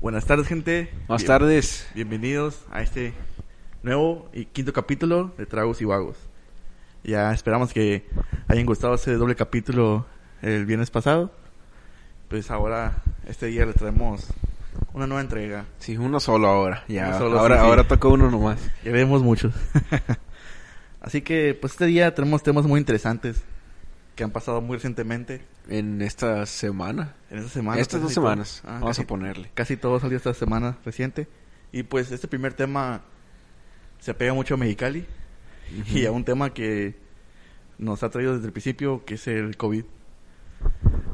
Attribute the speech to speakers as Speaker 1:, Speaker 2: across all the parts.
Speaker 1: Buenas tardes, gente.
Speaker 2: Buenas
Speaker 1: Bien-
Speaker 2: tardes.
Speaker 1: Bienvenidos a este nuevo y quinto capítulo de Tragos y Vagos. Ya esperamos que hayan gustado ese doble capítulo el viernes pasado. Pues ahora, este día les traemos una nueva entrega.
Speaker 2: Sí, uno solo ahora. Ya.
Speaker 1: Uno solo,
Speaker 2: ahora
Speaker 1: sí, sí.
Speaker 2: ahora toca uno nomás.
Speaker 1: Ya vemos muchos. Así que, pues este día tenemos temas muy interesantes que han pasado muy recientemente
Speaker 2: En esta semana.
Speaker 1: en esta semana.
Speaker 2: Estas dos
Speaker 1: casi todo.
Speaker 2: semanas.
Speaker 1: Ah,
Speaker 2: Vamos
Speaker 1: casi-
Speaker 2: a ponerle.
Speaker 1: Casi todo salió esta semana reciente. Y pues este primer tema se apega mucho a Mexicali y a un tema que nos ha traído desde el principio, que es el COVID.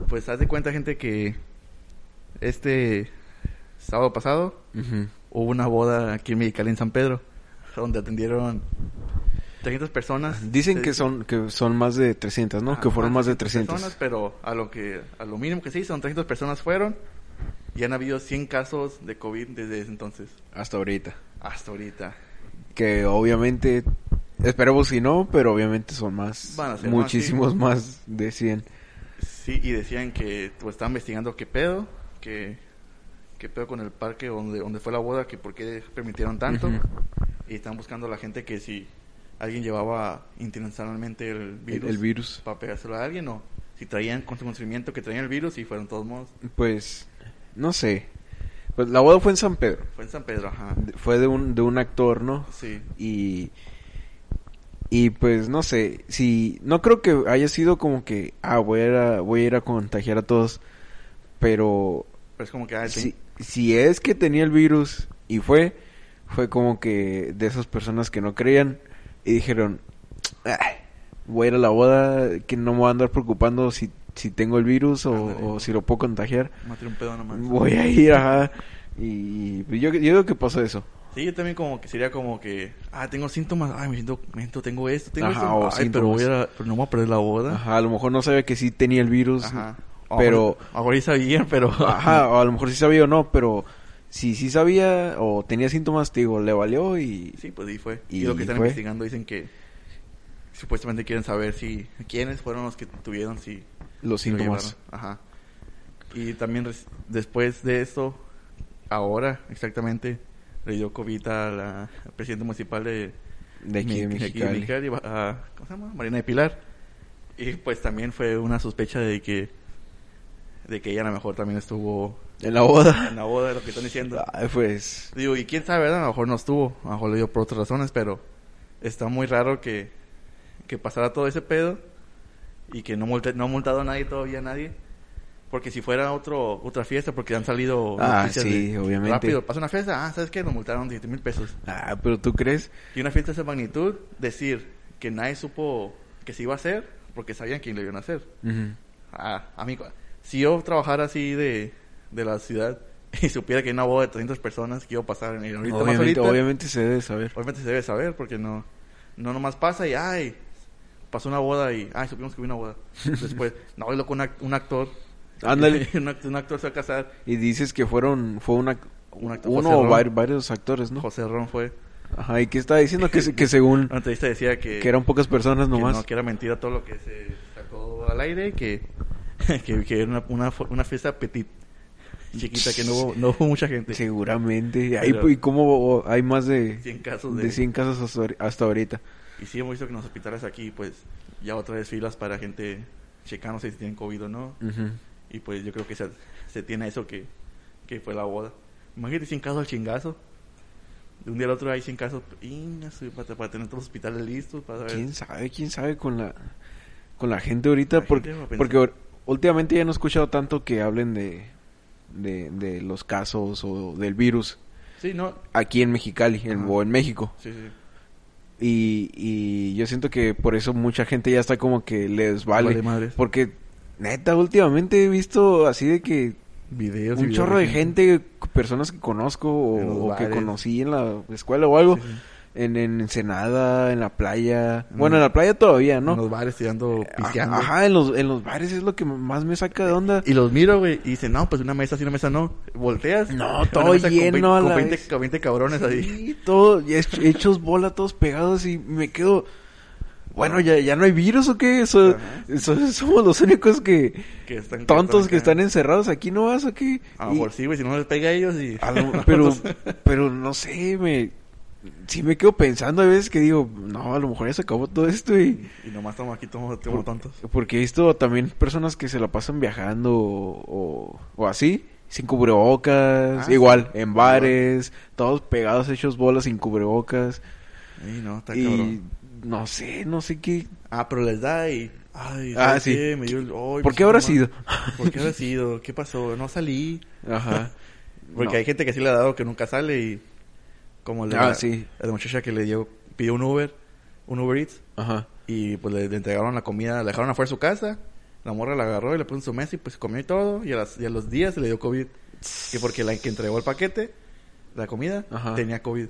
Speaker 1: Pues haz de cuenta, gente, que este sábado pasado
Speaker 2: Ujú.
Speaker 1: hubo una boda aquí en Mexicali, en San Pedro, donde atendieron 300 personas.
Speaker 2: Dicen
Speaker 1: Eh,
Speaker 2: que son que son más de 300, ¿no?
Speaker 1: ajá,
Speaker 2: que fueron más de 300.
Speaker 1: personas, pero a lo que a lo mínimo que se hizo, 300 personas fueron y han habido 100 casos de COVID desde ese entonces
Speaker 2: Hasta ahorita.
Speaker 1: hasta ahorita.
Speaker 2: Que obviamente esperemos si no, pero obviamente son más
Speaker 1: Van a ser más,
Speaker 2: muchísimos más, de 100.
Speaker 1: Sí, y decían que pues, estaban investigando qué pedo, que qué pedo con el parque donde donde fue la boda, que por qué permitieron tanto
Speaker 2: Ujú.
Speaker 1: y están buscando a la gente que si alguien llevaba intencionalmente el
Speaker 2: El,
Speaker 1: virus,
Speaker 2: el virus.
Speaker 1: para pegárselo a alguien o si traían con su conocimiento que traían el virus y fueron todos modos.
Speaker 2: Pues no sé. Pues la boda fue en San Pedro.
Speaker 1: Fue en San Pedro, ajá.
Speaker 2: De- Fue de un de un actor, ¿no?
Speaker 1: Sí.
Speaker 2: y y pues no sé si no creo que haya sido como que ah voy a ir a, voy a, ir a contagiar a todos pero
Speaker 1: Pero es como que ah, ten-
Speaker 2: si, si es que tenía el virus y fue fue como que de esas personas que no creían y dijeron "Ay, voy a ir a la boda que no me voy a andar preocupando si si tengo el virus o,
Speaker 1: Ándale.
Speaker 2: o si lo puedo contagiar
Speaker 1: maté un pedo nomás.
Speaker 2: voy a ir ajá y y yo yo creo que pasó eso
Speaker 1: Sí, yo también como que sería como que, ah, tengo síntomas, ay, me siento, me siento tengo esto, tengo
Speaker 2: Ajá,
Speaker 1: esto,
Speaker 2: o
Speaker 1: ay, pero, voy
Speaker 2: síntomas.
Speaker 1: a, pero no voy a perder la boda.
Speaker 2: ajá a lo mejor no sabía que sí tenía el virus
Speaker 1: Ajá. Oh,
Speaker 2: Pero-
Speaker 1: Ahora ya sabían, pero...
Speaker 2: Ajá, o a lo mejor sí sabía o no, pero si sí sabía o tenía síntomas, te digo, le valió y...
Speaker 1: Sí, pues sí fue. Y,
Speaker 2: Y
Speaker 1: lo que están
Speaker 2: fue.
Speaker 1: investigando dicen que supuestamente quieren saber si... ¿Quiénes fueron los que tuvieron, si...
Speaker 2: Los
Speaker 1: si lo
Speaker 2: síntomas.
Speaker 1: llevaron? Ajá. Y también res- después de eso, ahora exactamente, le dio COVID a la al presidente municipal de...
Speaker 2: De aquí de
Speaker 1: Mi-
Speaker 2: Mexicali.
Speaker 1: Mexicali, va- a- ¿Cómo se llama? Marina de Pilar. Y pues también fue una sospecha de que... De que ella a lo mejor también estuvo
Speaker 2: En la boda.
Speaker 1: en la boda, lo que están diciendo.
Speaker 2: Ay, pues...
Speaker 1: Digo, y quién sabe, ¿verdad? A lo mejor no estuvo, a lo mejor le dio por otras razones, pero está muy raro que, que pasara todo ese pedo y que no, multe- no ha multado a nadie todavía, a nadie. Porque si fuera otro, otra fiesta, porque han salido
Speaker 2: Ah,
Speaker 1: noticias
Speaker 2: sí,
Speaker 1: de-
Speaker 2: obviamente.
Speaker 1: Rápido, pasa una fiesta, ah, ¿sabes qué? Nos multaron 17 mil pesos.
Speaker 2: Ah, pero ¿tú crees?
Speaker 1: Y una fiesta de esa magnitud, decir que nadie supo que se iba a hacer porque sabían quién lo iban a hacer.
Speaker 2: Ujú.
Speaker 1: Ah, amigo, si yo trabajara así de, de la ciudad y supiera que hay una boda de 300 personas que iba a pasar en el ahorita más
Speaker 2: Obviamente,
Speaker 1: ahorita,
Speaker 2: obviamente se debe saber.
Speaker 1: obviamente se debe saber porque no no nomás pasa y ay, pasó una boda y ay, supimos que hubo una boda. Después, no, y loco un, act- un actor.
Speaker 2: Ándale.
Speaker 1: un, act- un actor se va a casar.
Speaker 2: Y dices que fueron... Fue una...
Speaker 1: Un actor,
Speaker 2: uno
Speaker 1: José
Speaker 2: o
Speaker 1: Ron.
Speaker 2: var- varios actores, ¿no?
Speaker 1: José Ron fue.
Speaker 2: Ajá, ¿y qué estaba diciendo? Que, se- que según...
Speaker 1: La entrevista decía que
Speaker 2: Que eran pocas personas
Speaker 1: que
Speaker 2: nomás.
Speaker 1: no, que era mentira todo lo que se sacó al aire, que que, que era una, una, fo- una fiesta petit chiquita que no hubo, no hubo mucha gente.
Speaker 2: Seguramente. Ahí,
Speaker 1: Pero-
Speaker 2: pues, ¿Y cómo hay más de...
Speaker 1: 100 casos de,
Speaker 2: De 100 casos hasta ahori- hasta ahorita?
Speaker 1: Y sí hemos visto que en los hospitales aquí, pues, ya otra vez filas para gente checándose si tienen COVID o no.
Speaker 2: Ujú.
Speaker 1: Y pues yo creo que se, se tiene eso que, que fue la boda. Imagínate 100 casos al chingazo. De un día al otro hay 100 casos. Inga su- Para, para tener todos los hospitales listos. Para ver.
Speaker 2: ¿Quién sabe? ¿Quién sabe con la con la gente ahorita?
Speaker 1: La
Speaker 2: porque
Speaker 1: gente va a pensar.
Speaker 2: porque or- últimamente ya no he escuchado tanto que hablen de, de, de los casos o del virus
Speaker 1: Sí, no.
Speaker 2: aquí en Mexicali en,
Speaker 1: Ajá.
Speaker 2: o en México.
Speaker 1: Sí, sí.
Speaker 2: Y, y yo siento que por eso mucha gente ya está como que les vale.
Speaker 1: Vale madres.
Speaker 2: porque neta, últimamente he visto así de que
Speaker 1: Videos. y
Speaker 2: un
Speaker 1: videos
Speaker 2: chorro de gente, personas que conozco
Speaker 1: En los
Speaker 2: o, o que
Speaker 1: bares.
Speaker 2: conocí en la escuela o algo.
Speaker 1: Sí, sí.
Speaker 2: En, en Ensenada, en la playa.
Speaker 1: En
Speaker 2: bueno, en la playa todavía, ¿no?
Speaker 1: En los bares tirando, pisteando.
Speaker 2: Ajá, en los, en los bares es lo que más me saca de onda.
Speaker 1: Y los miro, güey, y dicen, no, pues una mesa sí, una mesa no. Volteas.
Speaker 2: No,
Speaker 1: una
Speaker 2: todo
Speaker 1: mesa con
Speaker 2: lleno
Speaker 1: 20
Speaker 2: a
Speaker 1: Con
Speaker 2: la
Speaker 1: 20,
Speaker 2: vez.
Speaker 1: con 20 cabrones ahí.
Speaker 2: Sí, todo, y hech- hechos bola, todos pegados y me quedo... Bueno, ¿ya, ya no hay virus o qué? Eso,
Speaker 1: Ajá.
Speaker 2: eso- somos los únicos que...
Speaker 1: Que están,
Speaker 2: Tontos que
Speaker 1: acá.
Speaker 2: están encerrados aquí no vas o qué?
Speaker 1: A lo
Speaker 2: Y-
Speaker 1: mejor sí, güey, si no les pega a ellos y...
Speaker 2: a lo- pero, pero no sé, me... Sí me quedo pensando a veces que digo, no, a lo mejor ya se acabó todo esto y...
Speaker 1: y nomás estamos aquí todos como
Speaker 2: Por-
Speaker 1: tontos.
Speaker 2: Porque he visto también personas que se la pasan viajando o, o- o así, sin cubrebocas,
Speaker 1: Ah,
Speaker 2: igual, en
Speaker 1: igual.
Speaker 2: bares, todos pegados, hechos bolas sin cubrebocas.
Speaker 1: Ey, no, está
Speaker 2: y
Speaker 1: cabrón.
Speaker 2: no sé, no sé qué.
Speaker 1: Ah, pero les da y... Ay,
Speaker 2: Ah,
Speaker 1: ¿sabes
Speaker 2: sí.
Speaker 1: qué? Me dio el- ay,
Speaker 2: ¿Por
Speaker 1: me
Speaker 2: qué
Speaker 1: siento
Speaker 2: habrá
Speaker 1: mal.
Speaker 2: sido?
Speaker 1: ¿Por qué habrá sido? ¿Qué pasó? No salí.
Speaker 2: Ajá.
Speaker 1: Porque
Speaker 2: No.
Speaker 1: hay gente que sí le ha dado que nunca sale y... Como la,
Speaker 2: Ah, sí.
Speaker 1: la muchacha que le dio... Pidió un Uber, un Uber Eats.
Speaker 2: Ajá.
Speaker 1: Y pues le, le entregaron la comida, la dejaron afuera de su casa. La morra la agarró y la puso en su mesa y pues comió y todo. Y a, las- y a los días se le dio COVID. Que porque la que entregó el paquete, la comida,
Speaker 2: Ajá.
Speaker 1: tenía COVID.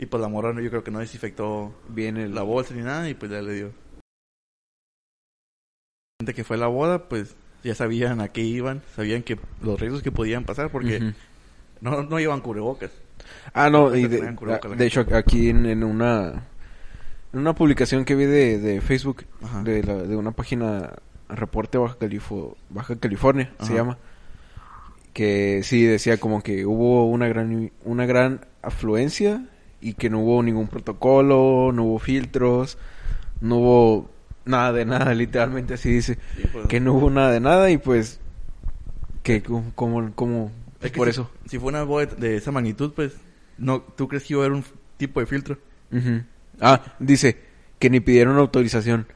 Speaker 1: Y pues la morra no- yo creo que no desinfectó
Speaker 2: Viene
Speaker 1: la
Speaker 2: la
Speaker 1: bolsa ni nada y pues ya le dio. La gente que fue a la boda, pues ya sabían a qué iban, sabían que los riesgos que podían pasar porque no, no llevan cubrebocas.
Speaker 2: Ah, no, y
Speaker 1: Se
Speaker 2: de,
Speaker 1: traen cubrebocas la
Speaker 2: de
Speaker 1: gente.
Speaker 2: hecho aquí en, en una en una publicación que vi de, de Facebook
Speaker 1: Ajá.
Speaker 2: de, la- de una página reporte Baja, Califo- Baja California se
Speaker 1: Ajá.
Speaker 2: llama que sí decía como que hubo una gran una gran afluencia y que no hubo ningún protocolo, no hubo filtros, no hubo nada de nada, literalmente así dice,
Speaker 1: Sí, pues,
Speaker 2: que no hubo nada de nada y pues que como como, como
Speaker 1: es que
Speaker 2: por
Speaker 1: si-
Speaker 2: eso.
Speaker 1: Si fue una boda de esa magnitud, pues no, tú crees que iba a haber un f- tipo de filtro.
Speaker 2: Ujú. Ah, dice que ni pidieron autorización.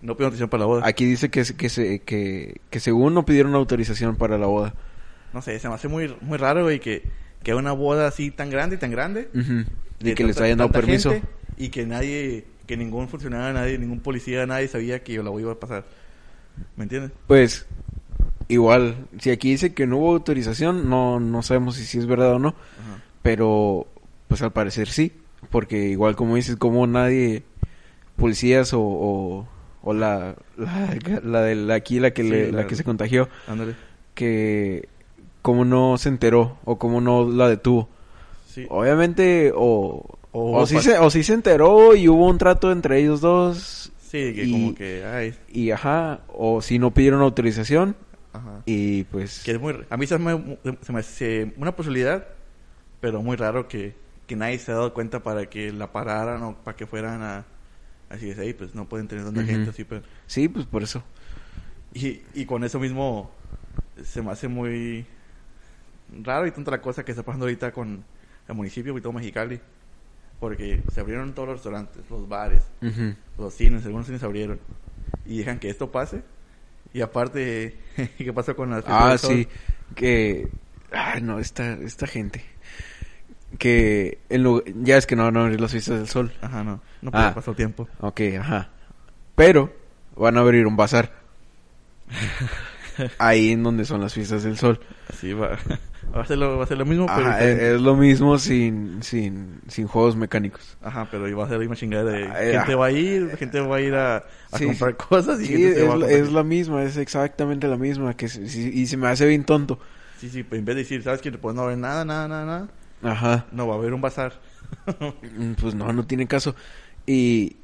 Speaker 1: No pidieron atención para la boda.
Speaker 2: Aquí dice que, se- que, se- que, que según no pidieron autorización para la boda.
Speaker 1: No sé, se me hace muy, muy raro, güey, que, que una boda así tan grande y tan grande.
Speaker 2: Ujú. Y
Speaker 1: de
Speaker 2: que les
Speaker 1: tanta-
Speaker 2: hayan dado
Speaker 1: tanta
Speaker 2: permiso.
Speaker 1: gente, y que nadie, que ningún funcionario, nadie, ningún policía, nadie sabía que la boda iba a pasar. ¿Me entiendes?
Speaker 2: Pues, igual, si aquí dice que no hubo autorización, no, no sabemos si, sí es verdad o no.
Speaker 1: Ajá.
Speaker 2: Pero, pues al parecer sí. Porque igual como dices, como nadie, policías o, o, o la, la, la de la- aquí, la que,
Speaker 1: Sí,
Speaker 2: le- la
Speaker 1: la-
Speaker 2: que se contagió,
Speaker 1: Ándale.
Speaker 2: que como no se enteró o como no la detuvo.
Speaker 1: Sí.
Speaker 2: Obviamente, o,
Speaker 1: O-
Speaker 2: o, sí se, o sí se enteró y hubo un trato entre ellos dos.
Speaker 1: Sí, que
Speaker 2: y-
Speaker 1: como que, ay,
Speaker 2: Y ajá, o si no pidieron autorización.
Speaker 1: ajá.
Speaker 2: Y pues.
Speaker 1: Que es muy, a mí se me, se me hace una posibilidad, pero muy raro que, que nadie se ha dado cuenta para que la pararan o para que fueran a, así es ahí, pues no pueden tener tanta
Speaker 2: Ujú.
Speaker 1: gente así, pero...
Speaker 2: Sí, pues por eso.
Speaker 1: Y, y con eso mismo se me hace muy raro y tanta la cosa que está pasando ahorita con el municipio y todo Mexicali. Porque se abrieron todos los restaurantes, los bares,
Speaker 2: Ujú.
Speaker 1: los cines, algunos cines se abrieron. Y dejan que esto pase. Y aparte, ¿qué pasó con las...
Speaker 2: Ah, sí. Que. Ah, no, esta, esta gente. Que. En lu- Ya es que no van a abrir las fiestas del sol.
Speaker 1: Ajá, no. No
Speaker 2: Ah.
Speaker 1: pasó tiempo.
Speaker 2: Ok, ajá. Pero van a abrir un bazar. Ahí en donde son las fiestas del sol.
Speaker 1: Así va. Va a ser lo, va a ser lo mismo, pero...
Speaker 2: Ajá, eh, es,
Speaker 1: diferente.
Speaker 2: es lo mismo sin, sin, sin juegos mecánicos.
Speaker 1: Ajá, pero iba a ser la misma chingada de...
Speaker 2: Ah, eh,
Speaker 1: gente
Speaker 2: ah.
Speaker 1: va a ir, gente va a ir a, a
Speaker 2: Sí,
Speaker 1: comprar cosas y
Speaker 2: Sí,
Speaker 1: gente se
Speaker 2: es,
Speaker 1: va a
Speaker 2: la-
Speaker 1: comprar-
Speaker 2: es la misma, es exactamente la misma. Que se- sí, y se me hace bien tonto.
Speaker 1: Sí, sí, en vez de decir, ¿sabes qué? Pues no va a haber nada, nada, nada, nada.
Speaker 2: Ajá.
Speaker 1: No, va a haber un bazar.
Speaker 2: Mm, Pues no, no tiene caso. Y.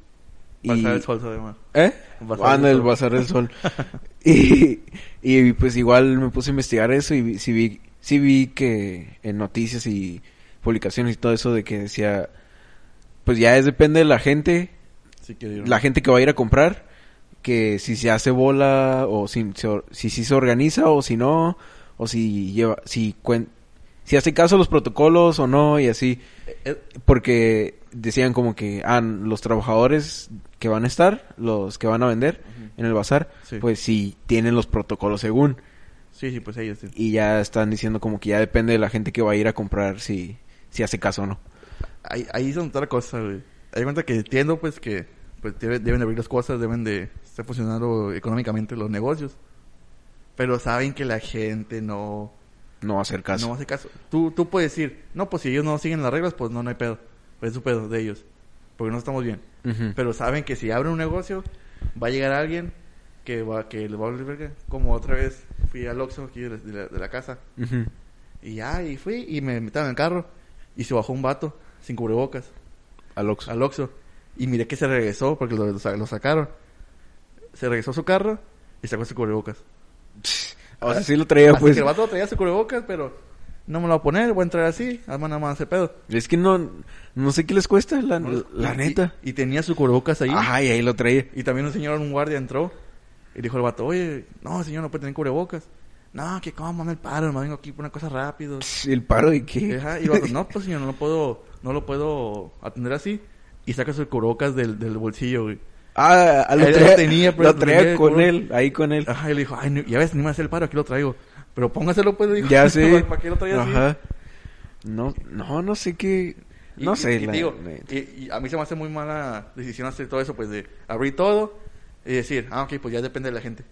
Speaker 2: y-
Speaker 1: Bazar del sol, además.
Speaker 2: ¿Eh?
Speaker 1: Bazar
Speaker 2: ah,
Speaker 1: del
Speaker 2: no, el
Speaker 1: Sol.
Speaker 2: Bazar del Sol. y, y pues igual me puse a investigar eso y vi- sí vi, sí vi que en noticias y publicaciones y todo eso de que decía. Pues ya es depende de la gente
Speaker 1: Sí, quiero ir a un-
Speaker 2: la gente que va a ir a comprar, que si se hace bola o si se, or- si, sí se organiza o si no, o si lleva, si cuen- si hace caso a los protocolos o no y así,
Speaker 1: Eh,
Speaker 2: porque decían como que ah, los trabajadores que van a estar, los que van a vender
Speaker 1: Ujú.
Speaker 2: en el bazar,
Speaker 1: Sí.
Speaker 2: pues si tienen los protocolos según
Speaker 1: Sí, sí, pues ellos. sí.
Speaker 2: y ya están diciendo como que ya depende de la gente que va a ir a comprar si si hace caso o no.
Speaker 1: Ahí, ahí son otra cosa, güey. Hay cuenta que entiendo, pues, que pues, debe- deben de abrir las cosas, deben de estar funcionando económicamente los negocios. Pero saben que la gente no,
Speaker 2: No va a hacer caso.
Speaker 1: no hace caso. Tú, tú puedes decir, no, pues si ellos no siguen las reglas, pues no, no hay pedo. Pues es su pedo de ellos. Porque no estamos bien.
Speaker 2: Ujú.
Speaker 1: Pero saben que si abren un negocio, va a llegar alguien que va que le va a volver verga. Como otra vez fui al Oxxo aquí de la, de la- de la casa.
Speaker 2: Ujú.
Speaker 1: Y ya, y fui y me metieron en el carro. Y se bajó un vato sin cubrebocas
Speaker 2: Al Oxxo.
Speaker 1: al Oxxo. Y miré que se regresó porque lo, lo sa- lo sacaron. Se regresó a su carro y sacó su cubrebocas.
Speaker 2: O sea, sí lo traía,
Speaker 1: Así
Speaker 2: pues.
Speaker 1: que el vato traía su cubrebocas, pero no me lo voy a poner, voy a entrar así, además nada más hacer pedo.
Speaker 2: Es que no, no sé qué les cuesta, la, la
Speaker 1: Y-
Speaker 2: neta. Ah,
Speaker 1: Y, tenía su cubrebocas ahí.
Speaker 2: Ajá, y ahí lo traía.
Speaker 1: Y también un señor, un guardia entró y dijo el vato, oye, no, señor, no puede tener cubrebocas. No, que cómo, no el paro, me vengo aquí por una cosa rápido.
Speaker 2: Pss, El paro de qué.
Speaker 1: Ajá, y el vato, no, pues señor, no puedo, no lo puedo atender así. Y saca su cubrebocas del, del bolsillo, güey.
Speaker 2: Ah, ah, lo
Speaker 1: Él lo
Speaker 2: traía,
Speaker 1: tenía, pero
Speaker 2: lo
Speaker 1: lo
Speaker 2: traía
Speaker 1: tenía,
Speaker 2: con
Speaker 1: ¿cómo?
Speaker 2: él, ahí con él.
Speaker 1: Ajá, y le dijo, ay, ni- ya ves, ni me hace el paro, aquí lo traigo. Pero póngaselo, pues, dijo.
Speaker 2: ya sé.
Speaker 1: ¿Para qué lo traía así?
Speaker 2: Ajá. No, no, no sé qué.
Speaker 1: Y-
Speaker 2: No
Speaker 1: y-
Speaker 2: sé,
Speaker 1: y,
Speaker 2: la
Speaker 1: digo,
Speaker 2: neta.
Speaker 1: y- y a mí se me hace muy mala decisión hacer todo eso, pues de abrir todo y decir, ah, ok, pues ya depende de la gente.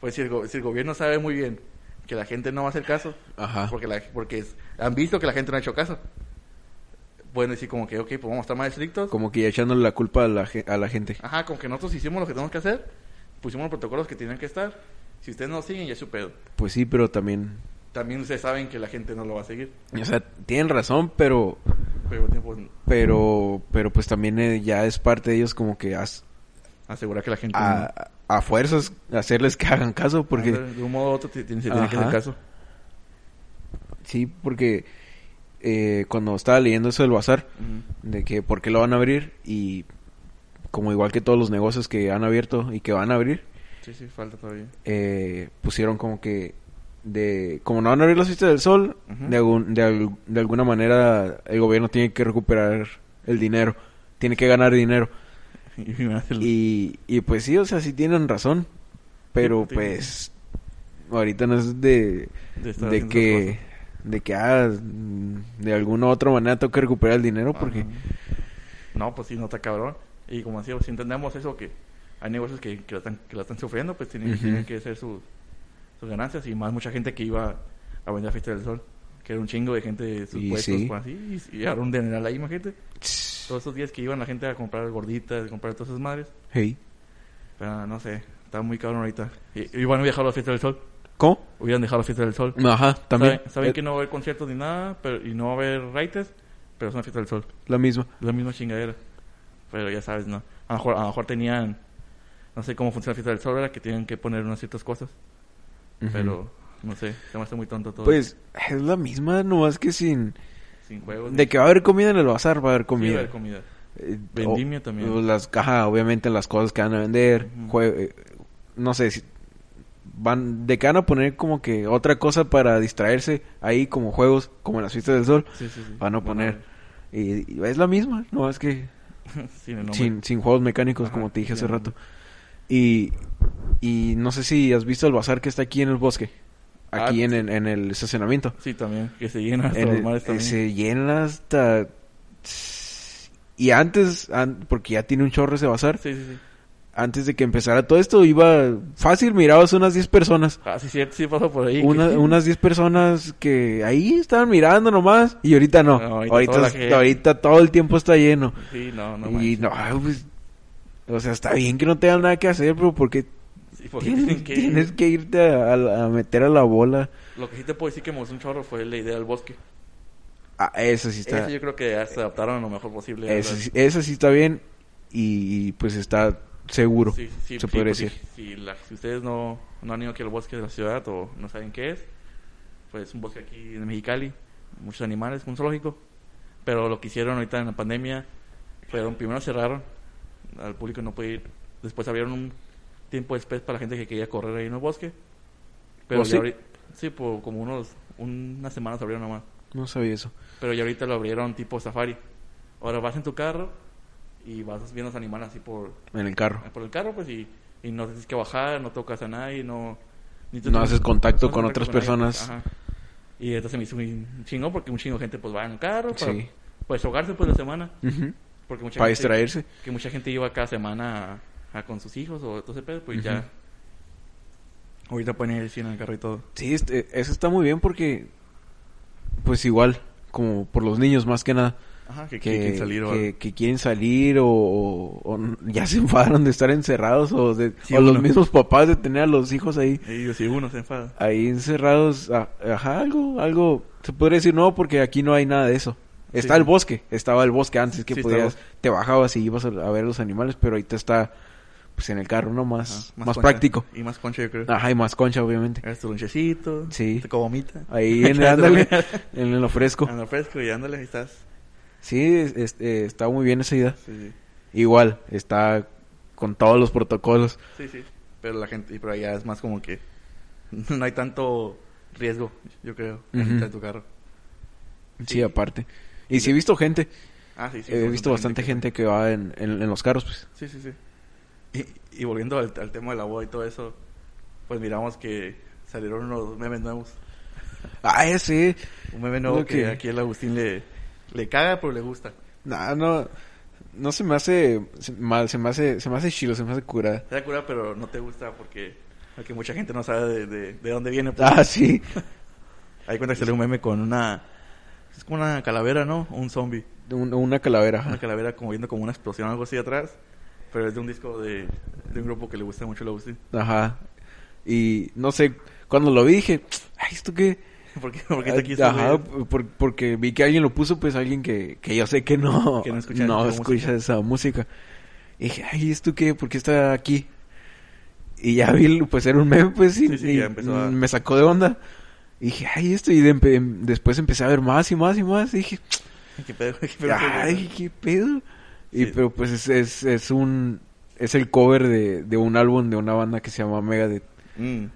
Speaker 1: Pues si el, go- si el gobierno sabe muy bien que la gente no va a hacer caso,
Speaker 2: Ajá.
Speaker 1: porque, la- porque es- han visto que la gente no ha hecho caso, pueden decir como que, ok, pues vamos a estar más estrictos.
Speaker 2: Como que ya echándole la culpa a la, ge- a la gente.
Speaker 1: Ajá, como que nosotros hicimos lo que tenemos que hacer, pusimos los protocolos que tenían que estar. Si ustedes no siguen, ya es su pedo.
Speaker 2: Pues sí, pero también.
Speaker 1: También ustedes saben que la gente no lo va a seguir.
Speaker 2: O sea, tienen razón, pero.
Speaker 1: Pero pues, tiempo
Speaker 2: Pero, pero pues también eh, ya es parte de ellos como que haz-
Speaker 1: asegurar que la gente... no-
Speaker 2: a, a fuerzas hacerles que hagan caso porque
Speaker 1: Ándale, de un modo u otro te- tiene- se tiene que hacer
Speaker 2: Ajá.
Speaker 1: caso.
Speaker 2: sí porque eh, cuando estaba leyendo eso del bazar
Speaker 1: Mm,
Speaker 2: de que por qué lo van a abrir y como igual que todos los negocios que han abierto y que van a abrir
Speaker 1: Sí, sí, falta todavía.
Speaker 2: eh, pusieron como que de como no van a abrir las fiestas del sol
Speaker 1: Ujú.
Speaker 2: de, algún- de al- de alguna manera el gobierno tiene que recuperar el dinero tiene que ganar dinero
Speaker 1: Y me hace el-
Speaker 2: Y, y pues sí, o sea, sí tienen razón. Pero
Speaker 1: Sí,
Speaker 2: pues ahorita no es de,
Speaker 1: de estar
Speaker 2: de
Speaker 1: haciendo
Speaker 2: que
Speaker 1: esas cosas.
Speaker 2: de que ah, mm, de alguna u otra manera tengo que recuperar el dinero porque
Speaker 1: Ajá. No, pues sí, no está cabrón. Y como decía, pues, si entendemos eso, que hay negocios que, que, la, están, que la están sufriendo, pues tienen,
Speaker 2: Ujú.
Speaker 1: tienen que hacer sus, sus ganancias. Y más mucha gente que iba a vender a Fiesta del Sol. Que era un chingo de gente de sus
Speaker 2: Y
Speaker 1: puestos.
Speaker 2: sí.
Speaker 1: pues, así, y, y ahora un general ahí, imagínate.
Speaker 2: tss,
Speaker 1: Todos esos días que iban la gente a comprar gorditas, a comprar todas esas madres.
Speaker 2: hey,
Speaker 1: Pero no sé, está muy cabrón ahorita. Y, y van a viajar a la Fiesta del Sol.
Speaker 2: ¿cómo?
Speaker 1: Hubieran dejado la Fiesta del Sol.
Speaker 2: Ajá, también
Speaker 1: Saben, saben
Speaker 2: eh,
Speaker 1: que no va a haber conciertos ni nada, pero, y no va a haber raites, pero es una fiesta del sol.
Speaker 2: la misma.
Speaker 1: Es la misma chingadera. Pero ya sabes, ¿no? A lo mejor, a lo mejor tenían. No sé cómo funciona la fiesta del sol, era que tienen que poner unas ciertas cosas.
Speaker 2: Ujú.
Speaker 1: Pero no sé, se me hace muy tonto todo.
Speaker 2: pues es la misma, nomás que sin
Speaker 1: sin juegos.
Speaker 2: de que va a haber comida en el bazar, va a haber
Speaker 1: comida.
Speaker 2: comida.
Speaker 1: comida.
Speaker 2: Eh, o-
Speaker 1: Vendimia también.
Speaker 2: o Las cajas, obviamente, las cosas que van a vender.
Speaker 1: Ujú.
Speaker 2: jue- eh, no sé, si van, de que van a poner como que otra cosa para distraerse ahí, como juegos, como en las fiestas del sol.
Speaker 1: Sí, sí, sí.
Speaker 2: Van a poner. Y, y es la misma, no es que
Speaker 1: ver. sin el nombre.
Speaker 2: sin, sin juegos mecánicos,
Speaker 1: Ajá,
Speaker 2: como te dije
Speaker 1: sí,
Speaker 2: hace
Speaker 1: no.
Speaker 2: rato. Y, y no sé si has visto el bazar que está aquí en el bosque,
Speaker 1: Ah,
Speaker 2: aquí en, el- en el estacionamiento.
Speaker 1: Sí, también. Que se llenan hasta
Speaker 2: En
Speaker 1: los
Speaker 2: el-
Speaker 1: mares también.
Speaker 2: Se llena hasta... Y antes, an- porque ya tiene un chorro ese bazar,
Speaker 1: Sí, sí, sí.
Speaker 2: antes de que empezara todo esto, iba fácil, mirabas unas 10 personas.
Speaker 1: Ah, sí, sí, sí pasó por ahí. que-
Speaker 2: Una- unas 10 personas que ahí estaban mirando nomás y ahorita no.
Speaker 1: No, ahorita
Speaker 2: ahorita,
Speaker 1: toda la
Speaker 2: es-
Speaker 1: gente.
Speaker 2: ahorita todo el tiempo está lleno.
Speaker 1: Sí, no, no.
Speaker 2: y
Speaker 1: manches.
Speaker 2: no, ay, pues, o sea, está bien que no tengan nada que hacer, pero porque
Speaker 1: Sí, porque
Speaker 2: tienes,
Speaker 1: tienen que-
Speaker 2: tienes que irte a, a- a meter a la bola.
Speaker 1: Lo que sí te puedo decir que me gustó un chorro fue la idea del bosque.
Speaker 2: Ah, eso sí está.
Speaker 1: Eso yo creo que ya se adaptaron lo mejor posible. a
Speaker 2: Eso
Speaker 1: la-
Speaker 2: sí, eso sí está bien y, y, pues está seguro,
Speaker 1: Sí, sí, sí,
Speaker 2: se podría
Speaker 1: pues, sí,
Speaker 2: decir.
Speaker 1: Si, la- si ustedes no, no han ido aquí al bosque de la ciudad o no saben qué es, pues es un bosque aquí en Mexicali, muchos animales, un zoológico. Pero lo que hicieron ahorita en la pandemia, fueron primero cerraron, al público no puede ir. Después abrieron un tiempo después para la gente que quería correr ahí en el bosque. Pero
Speaker 2: ¿Oh,
Speaker 1: ya
Speaker 2: sí?
Speaker 1: ahorita- sí, por como unos, unas semanas abrieron nomás.
Speaker 2: No sabía eso.
Speaker 1: Pero ya ahorita lo abrieron tipo safari. Ahora vas en tu carro y vas viendo los animales así por,
Speaker 2: En el carro.
Speaker 1: por el carro, pues, y, y no tienes que bajar, no tocas a nadie, no... ni
Speaker 2: No haces contacto
Speaker 1: no haces
Speaker 2: con otras
Speaker 1: nadie,
Speaker 2: personas.
Speaker 1: pues, ajá. Y entonces me hizo un chingo porque un chingo de gente pues va en el carro para,
Speaker 2: Sí.
Speaker 1: para desahogarse pues la semana.
Speaker 2: Ujú.
Speaker 1: Porque mucha
Speaker 2: Para
Speaker 1: gente,
Speaker 2: distraerse.
Speaker 1: Que mucha gente iba cada semana a, a con sus hijos o todo ese pedo, pues ya... Ahorita ponen el cine en el carro y todo.
Speaker 2: Sí, este, eso está muy bien porque, pues igual, como por los niños más que nada,
Speaker 1: Ajá, que,
Speaker 2: que,
Speaker 1: que quieren salir o
Speaker 2: que,
Speaker 1: algo.
Speaker 2: que quieren salir o, o- o n- ya se enfadaron de estar encerrados o, de,
Speaker 1: Sí,
Speaker 2: o los
Speaker 1: uno.
Speaker 2: mismos papás de tener a los hijos ahí,
Speaker 1: Y yo, si uno se enfada.
Speaker 2: ahí encerrados, a- ajá, algo, algo, se podría decir no porque aquí no hay nada de eso. Está
Speaker 1: Sí.
Speaker 2: el bosque, estaba el bosque antes que
Speaker 1: Sí, estaba
Speaker 2: podías,
Speaker 1: el bosque.
Speaker 2: te bajabas y ibas a, a ver los animales, pero ahorita está pues en el carro, ¿no? Más,
Speaker 1: Ajá,
Speaker 2: más,
Speaker 1: concha.
Speaker 2: práctico.
Speaker 1: Y más concha, yo creo.
Speaker 2: Ajá, y más concha, obviamente.
Speaker 1: Hagas tu lonchecito.
Speaker 2: Este. Sí.
Speaker 1: Te comomita.
Speaker 2: Ahí en el, ándale, en lo fresco.
Speaker 1: En lo fresco y ándale, ahí estás.
Speaker 2: Sí, es- es- eh, está muy bien esa idea.
Speaker 1: Sí, sí.
Speaker 2: Igual, está con todos los protocolos.
Speaker 1: Sí, sí. Pero la gente, pero allá es más como que no hay tanto riesgo, yo creo, en
Speaker 2: Ujú.
Speaker 1: entrar en tu carro.
Speaker 2: Sí,
Speaker 1: Sí.
Speaker 2: aparte. Y sí he visto gente,
Speaker 1: Ah, sí, sí.
Speaker 2: he visto bastante gente que va en, en- en los carros, pues.
Speaker 1: Sí, sí, sí. Y, y volviendo al, al tema de la boda y todo eso, pues miramos que salieron unos memes nuevos.
Speaker 2: Ah, ya sé.
Speaker 1: Un meme nuevo
Speaker 2: Lo
Speaker 1: que...
Speaker 2: que-
Speaker 1: aquí el Agustín le, le caga, pero le gusta.
Speaker 2: Nah, Ah, no, no se me hace se- mal, se me hace, se me hace chilo, se me hace curada.
Speaker 1: Te da cura, pero no te gusta porque, porque mucha gente no sabe de, de, de dónde viene. pues.
Speaker 2: Ah, sí.
Speaker 1: Hay cuenta que salió un meme con una... Es como una calavera, ¿no? Un zombie.
Speaker 2: Un- una calavera. ajá.
Speaker 1: Una calavera como viendo como una explosión o algo así atrás. Pero es de un disco de, de un grupo que le gusta mucho el Agustín.
Speaker 2: Ajá. Y no sé, cuando lo vi dije, ay, ¿esto qué?
Speaker 1: ¿Por qué, por qué te quiso
Speaker 2: Ajá,
Speaker 1: subir?
Speaker 2: por- porque vi que alguien lo puso, pues alguien que, que yo sé que no,
Speaker 1: Que no escucha ese tipo de
Speaker 2: escucha
Speaker 1: música.
Speaker 2: esa música. Y dije, ay, ¿esto qué? ¿Por qué está aquí? Y ya vi, pues era un meme, pues, y,
Speaker 1: Sí, sí,
Speaker 2: y
Speaker 1: ya empezó a-
Speaker 2: me sacó de onda. Y dije, ay, esto, y de- empe- después empecé a ver más y más y más. Y dije,
Speaker 1: ¿Qué pedo? ¿Qué pedo?
Speaker 2: ay, qué pedo. Y
Speaker 1: Sí.
Speaker 2: pero pues es, es, es un... Es el cover de, de un álbum de una banda que se llama Megadeth.
Speaker 1: Mm.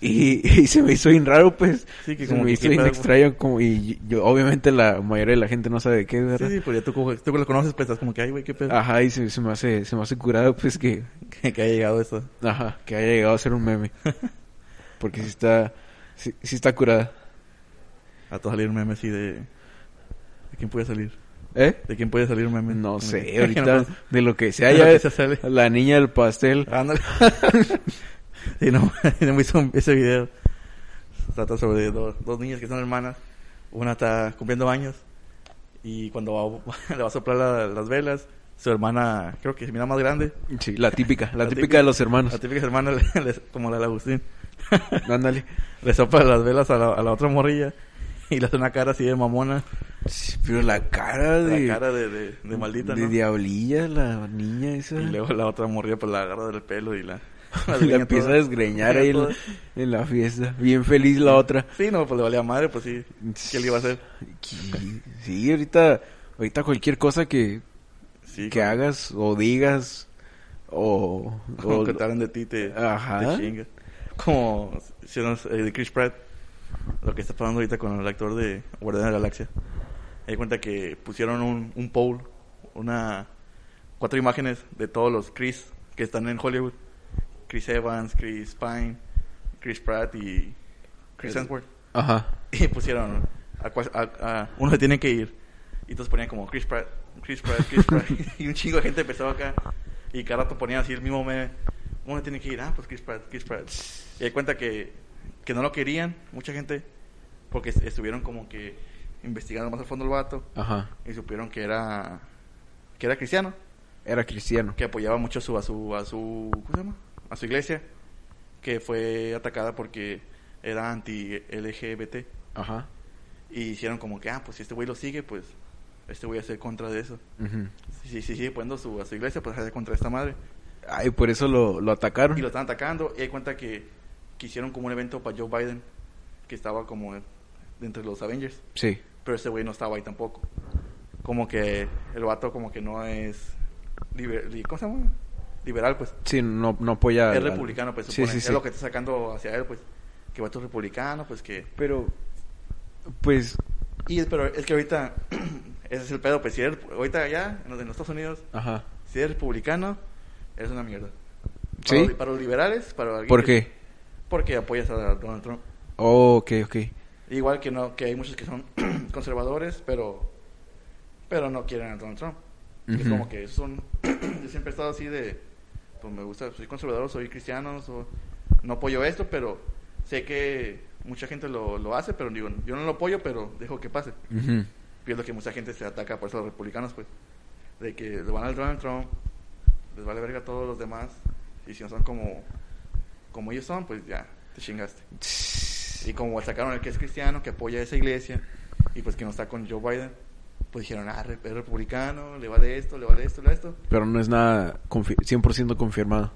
Speaker 2: Y, y se me hizo bien raro, pues.
Speaker 1: Sí, que
Speaker 2: se
Speaker 1: como
Speaker 2: me
Speaker 1: que
Speaker 2: hizo
Speaker 1: qué
Speaker 2: bien
Speaker 1: pedo.
Speaker 2: extraño. Como, y yo, obviamente la mayoría de la gente no sabe de qué,
Speaker 1: Sí,
Speaker 2: ¿verdad? Ah.
Speaker 1: sí, pues ya tú, como- tú lo conoces, pues estás como que, ay, güey, qué pedo.
Speaker 2: Ajá, y se, se me hace, se me hace curado, pues, que...
Speaker 1: Que, que haya llegado eso.
Speaker 2: Ajá, que haya llegado a ser un meme. Porque sí está... Sí, sí está curada.
Speaker 1: A todo salir un meme así de... ¿De quién puede salir?
Speaker 2: ¿Eh?
Speaker 1: ¿De quién puede salir un meme?
Speaker 2: No
Speaker 1: Como
Speaker 2: sé,
Speaker 1: que-
Speaker 2: ahorita
Speaker 1: no,
Speaker 2: de lo que sea
Speaker 1: De lo
Speaker 2: ya
Speaker 1: que sea sale.
Speaker 2: la niña del pastel.
Speaker 1: Ándale. sí, no, me hizo un- ese video. Trata sobre do- dos niñas que son hermanas. Una está cumpliendo años. Y cuando va- le va a soplar la- las velas, su hermana, creo que se mira más grande.
Speaker 2: Sí, la típica,
Speaker 1: La
Speaker 2: la, típica,
Speaker 1: típica.
Speaker 2: de los hermanos.
Speaker 1: La típica hermana, le- le- como la de Agustín,
Speaker 2: Ándale.
Speaker 1: le sopla las velas a la, a la otra morrilla. Y le hace una cara así de mamona.
Speaker 2: Sí, pero la cara de...
Speaker 1: La cara de, de, de maldita,
Speaker 2: De
Speaker 1: ¿no?
Speaker 2: diablilla, la niña esa.
Speaker 1: Y luego la otra morrilla pues la agarra del pelo y la...
Speaker 2: la
Speaker 1: desgreña
Speaker 2: empieza
Speaker 1: toda.
Speaker 2: a desgreñar
Speaker 1: La
Speaker 2: ahí en
Speaker 1: desgreña
Speaker 2: la, en la fiesta. Bien feliz la otra.
Speaker 1: toda. Sí, no, pues le valía madre, pues sí. ¿Qué le iba a hacer?
Speaker 2: Qui- Sí, ahorita, ahorita cualquier cosa que,
Speaker 1: Sí,
Speaker 2: que hagas o digas o...
Speaker 1: Como
Speaker 2: o-
Speaker 1: que te hablan de ti, te,
Speaker 2: Ajá.
Speaker 1: te chinga. Como si no, eh, de Chris Pratt, lo que está pasando ahorita con el actor de Guardián de la Galaxia. Me di cuenta que pusieron un, un poll, una cuatro imágenes de todos los Chris que están en Hollywood. Chris Evans, Chris Pine, Chris Pratt y Chris
Speaker 2: El-
Speaker 1: Hemsworth.
Speaker 2: Ajá.
Speaker 1: Y pusieron a, cuál- a- a- uno se tiene que ir. Y entonces ponían como Chris Pratt, Chris Pratt, Chris Pratt. y un chingo de gente empezó acá. Y cada rato ponían así el mismo meme. Uno se tiene que ir, ah, pues Chris Pratt, Chris Pratt. Y hay cuenta que, que no lo querían, mucha gente, porque est- estuvieron como que investigando más a fondo el vato.
Speaker 2: Ajá.
Speaker 1: Y supieron que era que era cristiano,
Speaker 2: Era cristiano.
Speaker 1: que apoyaba mucho a su, a su, a su, ¿cómo se llama? A su iglesia, que fue atacada porque era anti-LGBT.
Speaker 2: Ajá.
Speaker 1: Y hicieron como que, ah, pues si este güey lo sigue, pues este güey hace contra de eso.
Speaker 2: Ujú.
Speaker 1: Si, si, sigue poniendo su, a su iglesia, pues hace contra esta madre.
Speaker 2: Ay, por eso lo, lo atacaron.
Speaker 1: Y lo están atacando. Y hay cuenta que, que hicieron como un evento para Joe Biden, que estaba como de entre los Avengers.
Speaker 2: Sí.
Speaker 1: Pero ese güey no estaba ahí tampoco. Como que el vato como que no es... liber- li- ¿Cómo se llama? Liberal, pues.
Speaker 2: Sí, no, no apoya...
Speaker 1: es
Speaker 2: al- al-
Speaker 1: republicano, pues.
Speaker 2: Sí,
Speaker 1: supone.
Speaker 2: sí,
Speaker 1: es
Speaker 2: sí.
Speaker 1: lo que está sacando hacia él, pues. Que vato es republicano, pues que...
Speaker 2: Pero, pues...
Speaker 1: Y es, pero es que ahorita... ese es el pedo, pues. Si eres- ahorita allá, en los- en los Estados Unidos,
Speaker 2: Ajá.
Speaker 1: Si eres republicano, eres una mierda. Para,
Speaker 2: ¿Sí?
Speaker 1: los- para los liberales, para alguien
Speaker 2: ¿Por
Speaker 1: que-
Speaker 2: qué?
Speaker 1: Porque apoyas a Donald Trump.
Speaker 2: Oh, ok, ok.
Speaker 1: Igual que no, que hay muchos que son conservadores, pero pero no quieren a Donald Trump. Es
Speaker 2: Ujú.
Speaker 1: como que son yo siempre he estado así de pues me gusta, soy conservador, soy cristiano, so- no apoyo esto, pero sé que mucha gente lo, lo hace, pero digo, yo no lo apoyo, pero dejo que pase.
Speaker 2: Ujú.
Speaker 1: pienso que mucha gente se ataca por eso a los republicanos, pues. De que le van al Donald Trump, les vale verga a todos los demás. Y si no son como, como ellos son, pues ya, te chingaste. Y como sacaron el que es cristiano, que apoya a esa iglesia, y pues que no está con Joe Biden, pues dijeron, ah, re- es republicano, le vale esto, le vale esto, le vale esto.
Speaker 2: Pero no es nada confi- 100% confirmado.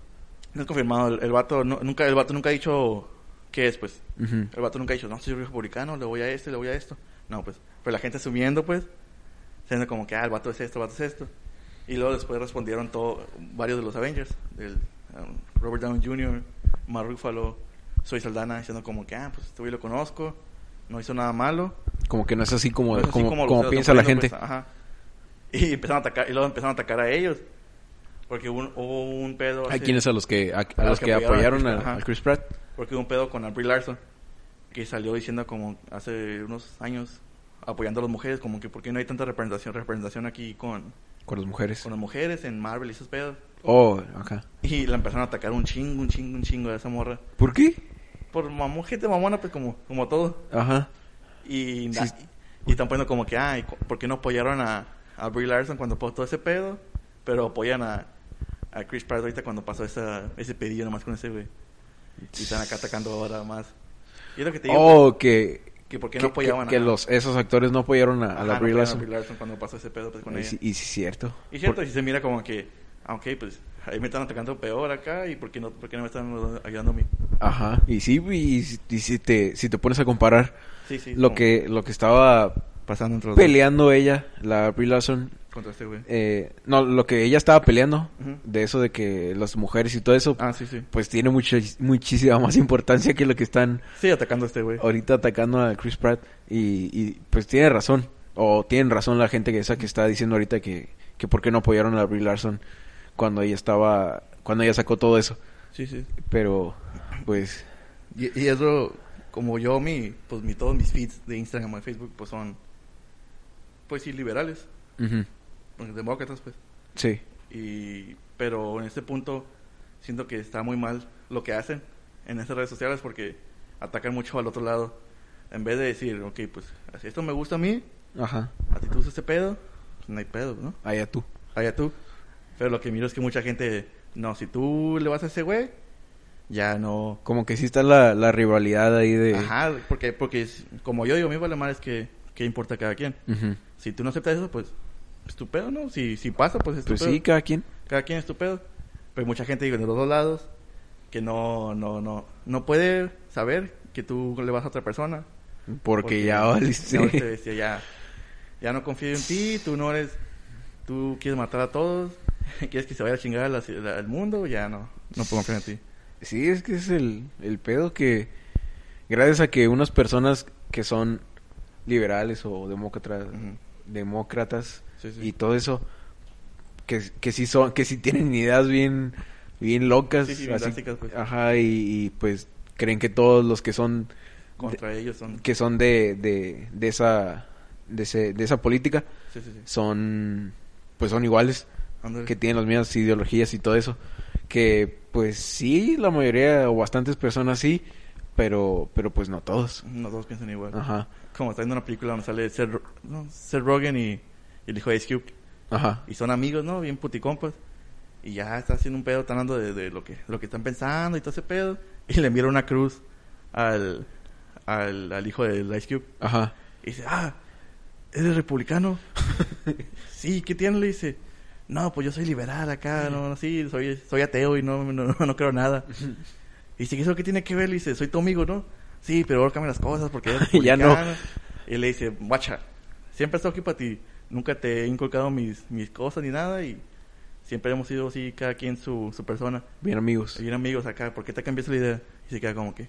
Speaker 1: No es confirmado, el, el vato no- nunca, el vato nunca ha dicho qué es, pues.
Speaker 2: Ujú.
Speaker 1: El vato nunca ha dicho, no, soy republicano, le voy a esto, le voy a esto. No, pues. Pero la gente asumiendo, pues, siendo como que, ah, el vato es esto, el vato es esto. Y luego después respondieron todo, varios de los Avengers, del, um, Robert Downey Jr., Mark Ruffalo, Soy Saldana, diciendo como que, ah, pues, este güey lo conozco, no hizo nada malo.
Speaker 2: Como que no es así como,
Speaker 1: No es así
Speaker 2: como,
Speaker 1: lo
Speaker 2: como
Speaker 1: se lo
Speaker 2: piensa la
Speaker 1: están
Speaker 2: gente.
Speaker 1: poniendo, pues, ajá. Y empezaron a atacar, y luego empezaron a atacar a ellos. Porque hubo un, hubo un pedo
Speaker 2: ¿A
Speaker 1: hace-
Speaker 2: quiénes a los que, a, a
Speaker 1: A
Speaker 2: los que apoyaron a,
Speaker 1: ajá.
Speaker 2: a Chris Pratt?
Speaker 1: Porque hubo un pedo con Brie Larson, que salió diciendo como hace unos años, apoyando a las mujeres, como que por qué no hay tanta representación, representación aquí con,
Speaker 2: Con las mujeres.
Speaker 1: con las mujeres en Marvel y esos pedos.
Speaker 2: Oh, ajá.
Speaker 1: Y la empezaron a atacar un chingo, un chingo, un chingo de esa morra.
Speaker 2: ¿Por qué?
Speaker 1: Por mamón, gente mamona, pues como, como todo.
Speaker 2: Ajá.
Speaker 1: Y,
Speaker 2: Sí.
Speaker 1: na- y están poniendo como que, ay, cu- ¿por qué no apoyaron a, a Brie Larson cuando pasó todo ese pedo? Pero apoyan a, a Chris Pratt ahorita cuando pasó esa, ese pedillo nomás con ese güey. Y están acá atacando ahora más. Y es lo que te digo.
Speaker 2: Oh, que,
Speaker 1: que por qué
Speaker 2: que,
Speaker 1: no apoyaban
Speaker 2: que- que
Speaker 1: a-
Speaker 2: los, esos actores no apoyaron a, a
Speaker 1: Ajá,
Speaker 2: la
Speaker 1: no
Speaker 2: Brie
Speaker 1: apoyaron a
Speaker 2: Larson.
Speaker 1: Brie Larson cuando pasó ese pedo pues, con
Speaker 2: Y
Speaker 1: ella.
Speaker 2: sí, y sí, cierto.
Speaker 1: Y cierto,
Speaker 2: Por-
Speaker 1: y se mira como que, ah, ok, pues ahí me están atacando peor acá y por qué no, por qué no me están ayudando a mí.
Speaker 2: Ajá. Y sí, y, y si, te, si te pones a comparar
Speaker 1: Sí, sí.
Speaker 2: lo,
Speaker 1: como
Speaker 2: que, lo que estaba
Speaker 1: pasando entre los dos
Speaker 2: peleando ella, la Brie Larson,
Speaker 1: contra este güey.
Speaker 2: eh, no, lo que ella estaba peleando,
Speaker 1: Ujú.
Speaker 2: de eso de que las mujeres y todo eso,
Speaker 1: Ah, sí, sí.
Speaker 2: pues tiene mucho, muchísima más importancia que lo que están
Speaker 1: Sí, atacando a este güey.
Speaker 2: ahorita atacando a Chris Pratt y, y, pues tiene razón o tienen razón la gente que esa que está diciendo ahorita que que por qué no apoyaron a Brie Larson cuando ella estaba cuando ella sacó todo eso
Speaker 1: Sí, sí.
Speaker 2: pero pues
Speaker 1: Y, y eso, como yo, mi, pues mi, todos mis feeds de Instagram o de Facebook, pues son, pues sí, liberales,
Speaker 2: ujú,
Speaker 1: pues, demócratas, pues.
Speaker 2: sí
Speaker 1: Y, pero en este punto, siento que está muy mal lo que hacen en esas redes sociales porque atacan mucho al otro lado. En vez de decir, ok, pues así esto me gusta a mí,
Speaker 2: ajá
Speaker 1: a ti te gusta este pedo, pues no hay pedo, ¿no?
Speaker 2: allá tú
Speaker 1: Allá tú. Pero lo que miro es que mucha gente, no, si tú le vas a ese güey, ya no,
Speaker 2: como que sí está la, la rivalidad ahí de
Speaker 1: Ajá, porque, porque es- como yo digo, mi vale más es que, que importa a cada quien.
Speaker 2: Ujú.
Speaker 1: Si tú no aceptas eso, pues estupendo, ¿no? Si, si pasa, pues
Speaker 2: pues
Speaker 1: estupendo.
Speaker 2: sí cada quien
Speaker 1: Cada quien estupendo. Pero hay mucha gente digo, de los dos lados que no, no, no, no puede saber que tú le vas a otra persona.
Speaker 2: porque,
Speaker 1: Porque
Speaker 2: ya valiste
Speaker 1: ya te decía, ya, ya no confío en ti, tú no eres, tú quieres matar a todos, quieres que se vaya a chingar la- la- el mundo, ya no, no puedo confiar en ti.
Speaker 2: Sí, es que es el, el pedo que gracias a que unas personas que son liberales o demócratas,
Speaker 1: Ujú.
Speaker 2: demócratas
Speaker 1: Sí, sí.
Speaker 2: y todo eso que, que sí son que sí tienen ideas bien bien locas,
Speaker 1: Sí, sí, bien drásticas, pues.
Speaker 2: ajá y, y, pues creen que todos los que son
Speaker 1: Contra ellos son...
Speaker 2: que son de, de, de esa de, ese- de esa política
Speaker 1: Sí, sí, sí.
Speaker 2: son pues son iguales
Speaker 1: Ándale.
Speaker 2: que tienen las mismas ideologías y todo eso. Que pues sí, la mayoría o bastantes personas sí, pero, pero pues no todos.
Speaker 1: No todos piensan igual.
Speaker 2: Ajá,
Speaker 1: Como está viendo una película donde sale Seth, Ro- no, Seth Rogen y, y el hijo de Ice Cube.
Speaker 2: ajá.
Speaker 1: Y son amigos, ¿no? Bien puticompas. Y ya está haciendo un pedo, están hablando de, de lo, que, lo que están pensando y todo ese pedo. Y le enviaron una cruz al, al, al hijo del Ice Cube.
Speaker 2: Ajá.
Speaker 1: Y dice, ah, ¿eres republicano? sí, ¿qué tiene? Le dice, no, pues yo soy liberal acá, no, no, sí, soy, soy ateo y no, no, no creo nada. Y dice, "¿Y ¿eso qué tiene que ver? Le dice, soy tu amigo, ¿no? Sí, pero ahora cambian las cosas porque eres
Speaker 2: Ya no.
Speaker 1: republicano". Y le dice, guacha, siempre he estado aquí para ti, nunca te he inculcado mis, mis cosas ni nada y siempre hemos sido así, cada quien su, su persona.
Speaker 2: Bien amigos.
Speaker 1: Y eran amigos acá, ¿por qué te cambiaste la idea? Y se queda como que,